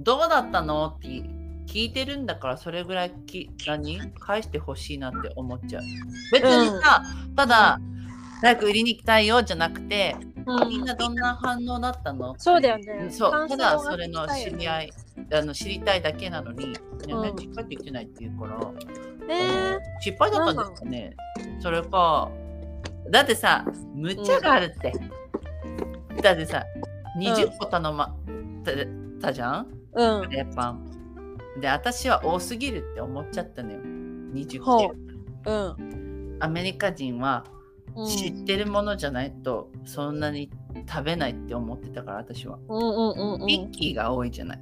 [SPEAKER 2] どうだったのって聞いてるんだからそれぐらいき何返してほしいなって思っちゃう別にさ、ただ早く売りに行きたいよじゃなくて
[SPEAKER 1] う
[SPEAKER 2] みん
[SPEAKER 1] ん。
[SPEAKER 2] などんな反応だったの
[SPEAKER 1] そうだよ
[SPEAKER 2] う
[SPEAKER 1] ね。
[SPEAKER 2] んそう
[SPEAKER 1] 感
[SPEAKER 2] た
[SPEAKER 1] 想
[SPEAKER 2] だ
[SPEAKER 1] が
[SPEAKER 2] それの知り
[SPEAKER 1] 聞
[SPEAKER 2] 合いあの知りたいだけなのに、ね
[SPEAKER 1] うん
[SPEAKER 2] 何帰ってきてないっていうから、
[SPEAKER 1] きたいよね。
[SPEAKER 2] 失敗だったんですかねそれかだってさ無茶があるって、だってさ20個頼またたじゃん
[SPEAKER 1] えー。うん。
[SPEAKER 2] カレーパンで私は多すぎるって思っちゃったのよ20
[SPEAKER 1] ほう
[SPEAKER 2] 点
[SPEAKER 1] うん
[SPEAKER 2] アメリカ人は
[SPEAKER 1] うん
[SPEAKER 2] 知ってるものじゃないとそんなに食べないって思ってたから私は
[SPEAKER 1] うんうんうん
[SPEAKER 2] ミッキーが多いじゃない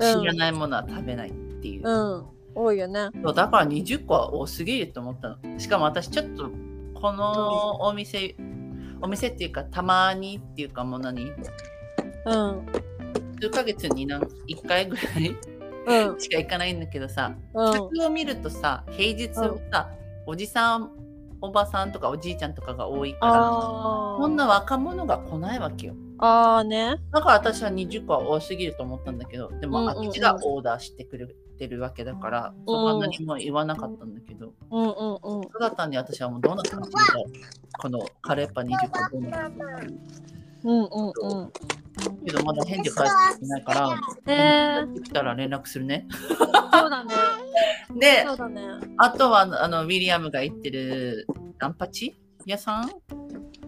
[SPEAKER 1] うん
[SPEAKER 2] 知らないものは食べないっていう、
[SPEAKER 1] うん多いよね
[SPEAKER 2] そうだから20個は多すぎると思ったのしかも私ちょっとこのお店お店っていうかたまにっていうかものに
[SPEAKER 1] うん
[SPEAKER 2] 数ヶ月に何1回ぐらい
[SPEAKER 1] うん
[SPEAKER 2] しか行かないんだけどさ
[SPEAKER 1] うん
[SPEAKER 2] 普通を見るとさ平日はさ、おじさんおばさんとかおじいちゃんとかが多いから
[SPEAKER 1] あー
[SPEAKER 2] こんな若者が来ないわけよ
[SPEAKER 1] あーね
[SPEAKER 2] だから私は20個は多すぎると思ったんだけど
[SPEAKER 1] う
[SPEAKER 2] で
[SPEAKER 1] ん
[SPEAKER 2] も
[SPEAKER 1] うんうん
[SPEAKER 2] あっちがオーダーしてくれてるわけだから、そこは何も言わなかったんだけど、
[SPEAKER 1] うんうんうん
[SPEAKER 2] そうだったんで私はもうどうなったのこのカレーパン20個どうなったの
[SPEAKER 1] うんうんうん
[SPEAKER 2] けどまだ返事返ってきてないから、
[SPEAKER 1] えー、
[SPEAKER 2] 来たら連絡するね。
[SPEAKER 1] そうだね
[SPEAKER 2] で
[SPEAKER 1] そうだね
[SPEAKER 2] あとはあのウィリアムが行ってるナンパチ屋さん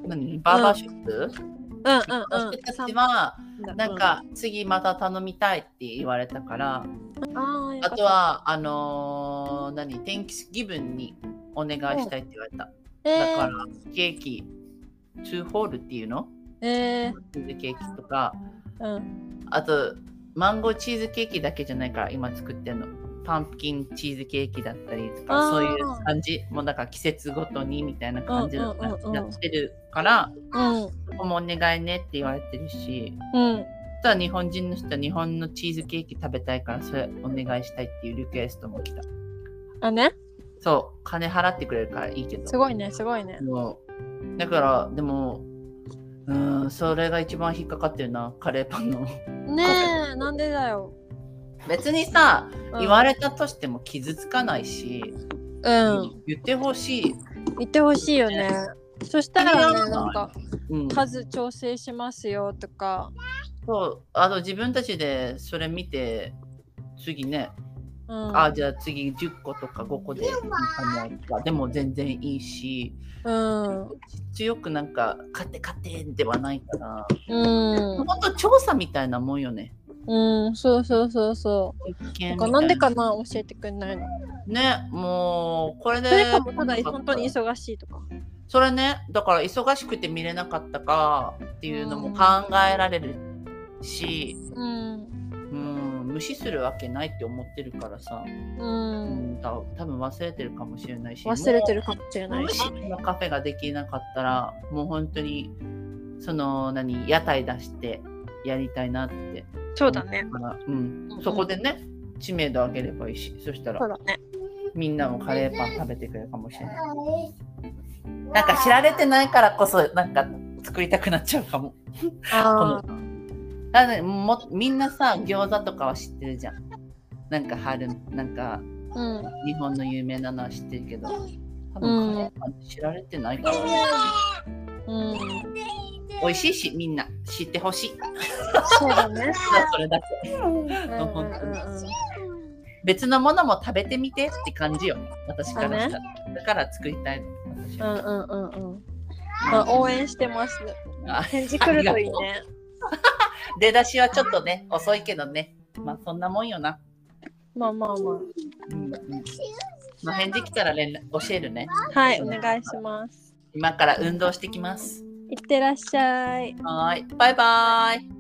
[SPEAKER 2] 何バーバーショップ、
[SPEAKER 1] うんうん
[SPEAKER 2] の
[SPEAKER 1] うん
[SPEAKER 2] 人たちは
[SPEAKER 1] うん
[SPEAKER 2] なんか次また頼みたいって言われたから、
[SPEAKER 1] あー
[SPEAKER 2] あとはあのー何天気気分にお願いしたいって言われた、だからケーキ2ホールっていうの
[SPEAKER 1] えー、え
[SPEAKER 2] チーズケーキとか
[SPEAKER 1] ー、うん
[SPEAKER 2] あとマンゴーチーズケーキだけじゃないから今作ってんのパンプキンチーズケーキだったりと
[SPEAKER 1] あー
[SPEAKER 2] かそういう感じもうだから季節ごとにみたいな感じ
[SPEAKER 1] うん
[SPEAKER 2] の
[SPEAKER 1] うんうんうん
[SPEAKER 2] やってるから、
[SPEAKER 1] うん
[SPEAKER 2] ここもお願いねって言われてるし
[SPEAKER 1] うん
[SPEAKER 2] あとは日本人の人は日本のチーズケーキ食べたいからそれお願いしたいっていうリクエストも来た
[SPEAKER 1] あね
[SPEAKER 2] そう金払ってくれるからいいけど
[SPEAKER 1] すごいねすごいね
[SPEAKER 2] そうだからでもうーんそれが一番引っかかってるなカレーパンの
[SPEAKER 1] ねえなんでだよ、
[SPEAKER 2] 別にさ
[SPEAKER 1] うん
[SPEAKER 2] 言われたとしても傷つかないし、
[SPEAKER 1] うん
[SPEAKER 2] 言ってほしい、
[SPEAKER 1] 言ってほしいよねそしたらね
[SPEAKER 2] うん
[SPEAKER 1] なんか
[SPEAKER 2] うん、
[SPEAKER 1] 数調整しますよとか
[SPEAKER 2] そうあと自分たちでそれ見て次ね、
[SPEAKER 1] うん
[SPEAKER 2] あじゃあ次10個とか5個でいいかなとかでも全然いいし
[SPEAKER 1] うん
[SPEAKER 2] 強くなんか勝て勝てではないから
[SPEAKER 1] う
[SPEAKER 2] 本当調査みたいなもんよね
[SPEAKER 1] ん、うん、そうそうそうそう
[SPEAKER 2] 一
[SPEAKER 1] な
[SPEAKER 2] 見
[SPEAKER 1] ん
[SPEAKER 2] み
[SPEAKER 1] か
[SPEAKER 2] たい
[SPEAKER 1] なんでかな教えてくんないの
[SPEAKER 2] ねもうこれで
[SPEAKER 1] それかもただ本当に忙しいとか
[SPEAKER 2] それねだから忙しくて見れなかったかっていうのも考えられるし、
[SPEAKER 1] うん
[SPEAKER 2] うん、無視するわけないって思ってるからさ、
[SPEAKER 1] う
[SPEAKER 2] うんん、た多分忘れてるかもしれないし
[SPEAKER 1] 忘れてるかもしれ
[SPEAKER 2] も
[SPEAKER 1] な
[SPEAKER 2] う
[SPEAKER 1] い
[SPEAKER 2] も
[SPEAKER 1] し
[SPEAKER 2] しこのカフェができなかったらもう本当にその何屋台出してやりたいなって
[SPEAKER 1] そうだね
[SPEAKER 2] から、うん、そこでね知名度上げればいいしそした
[SPEAKER 1] そう
[SPEAKER 2] ら
[SPEAKER 1] だね
[SPEAKER 2] みんなもカレーパン食べてくれるかもしれないなんか知られてないからこそなんか作りたくなっちゃうかも
[SPEAKER 1] あー
[SPEAKER 2] だからもみんなさ餃子とかは知ってるじゃんなんか春なんか
[SPEAKER 1] うん
[SPEAKER 2] 日本の有名なのは知ってるけど多分カレーパンって知られてないから、
[SPEAKER 1] うん
[SPEAKER 2] 美味しいしみんな知ってほしい
[SPEAKER 1] そうだ ね
[SPEAKER 2] それだけ
[SPEAKER 1] うんうんうんうん
[SPEAKER 2] 別のものも食べてみてって感じよ私から
[SPEAKER 1] あ
[SPEAKER 2] し
[SPEAKER 1] ね
[SPEAKER 2] たら、だから作りたいの私
[SPEAKER 1] うん
[SPEAKER 2] は
[SPEAKER 1] うんうんうんあ応援してます
[SPEAKER 2] あ
[SPEAKER 1] 返事来るといいね
[SPEAKER 2] 出だしはちょっとね遅いけどねまあそんなもんよな、
[SPEAKER 1] まあまあま
[SPEAKER 2] うんうんまあ、返事来たら連絡教えるね
[SPEAKER 1] あはいお願いします
[SPEAKER 2] 今から運動してきます
[SPEAKER 1] いってらっしゃい
[SPEAKER 2] はーいバイバーイ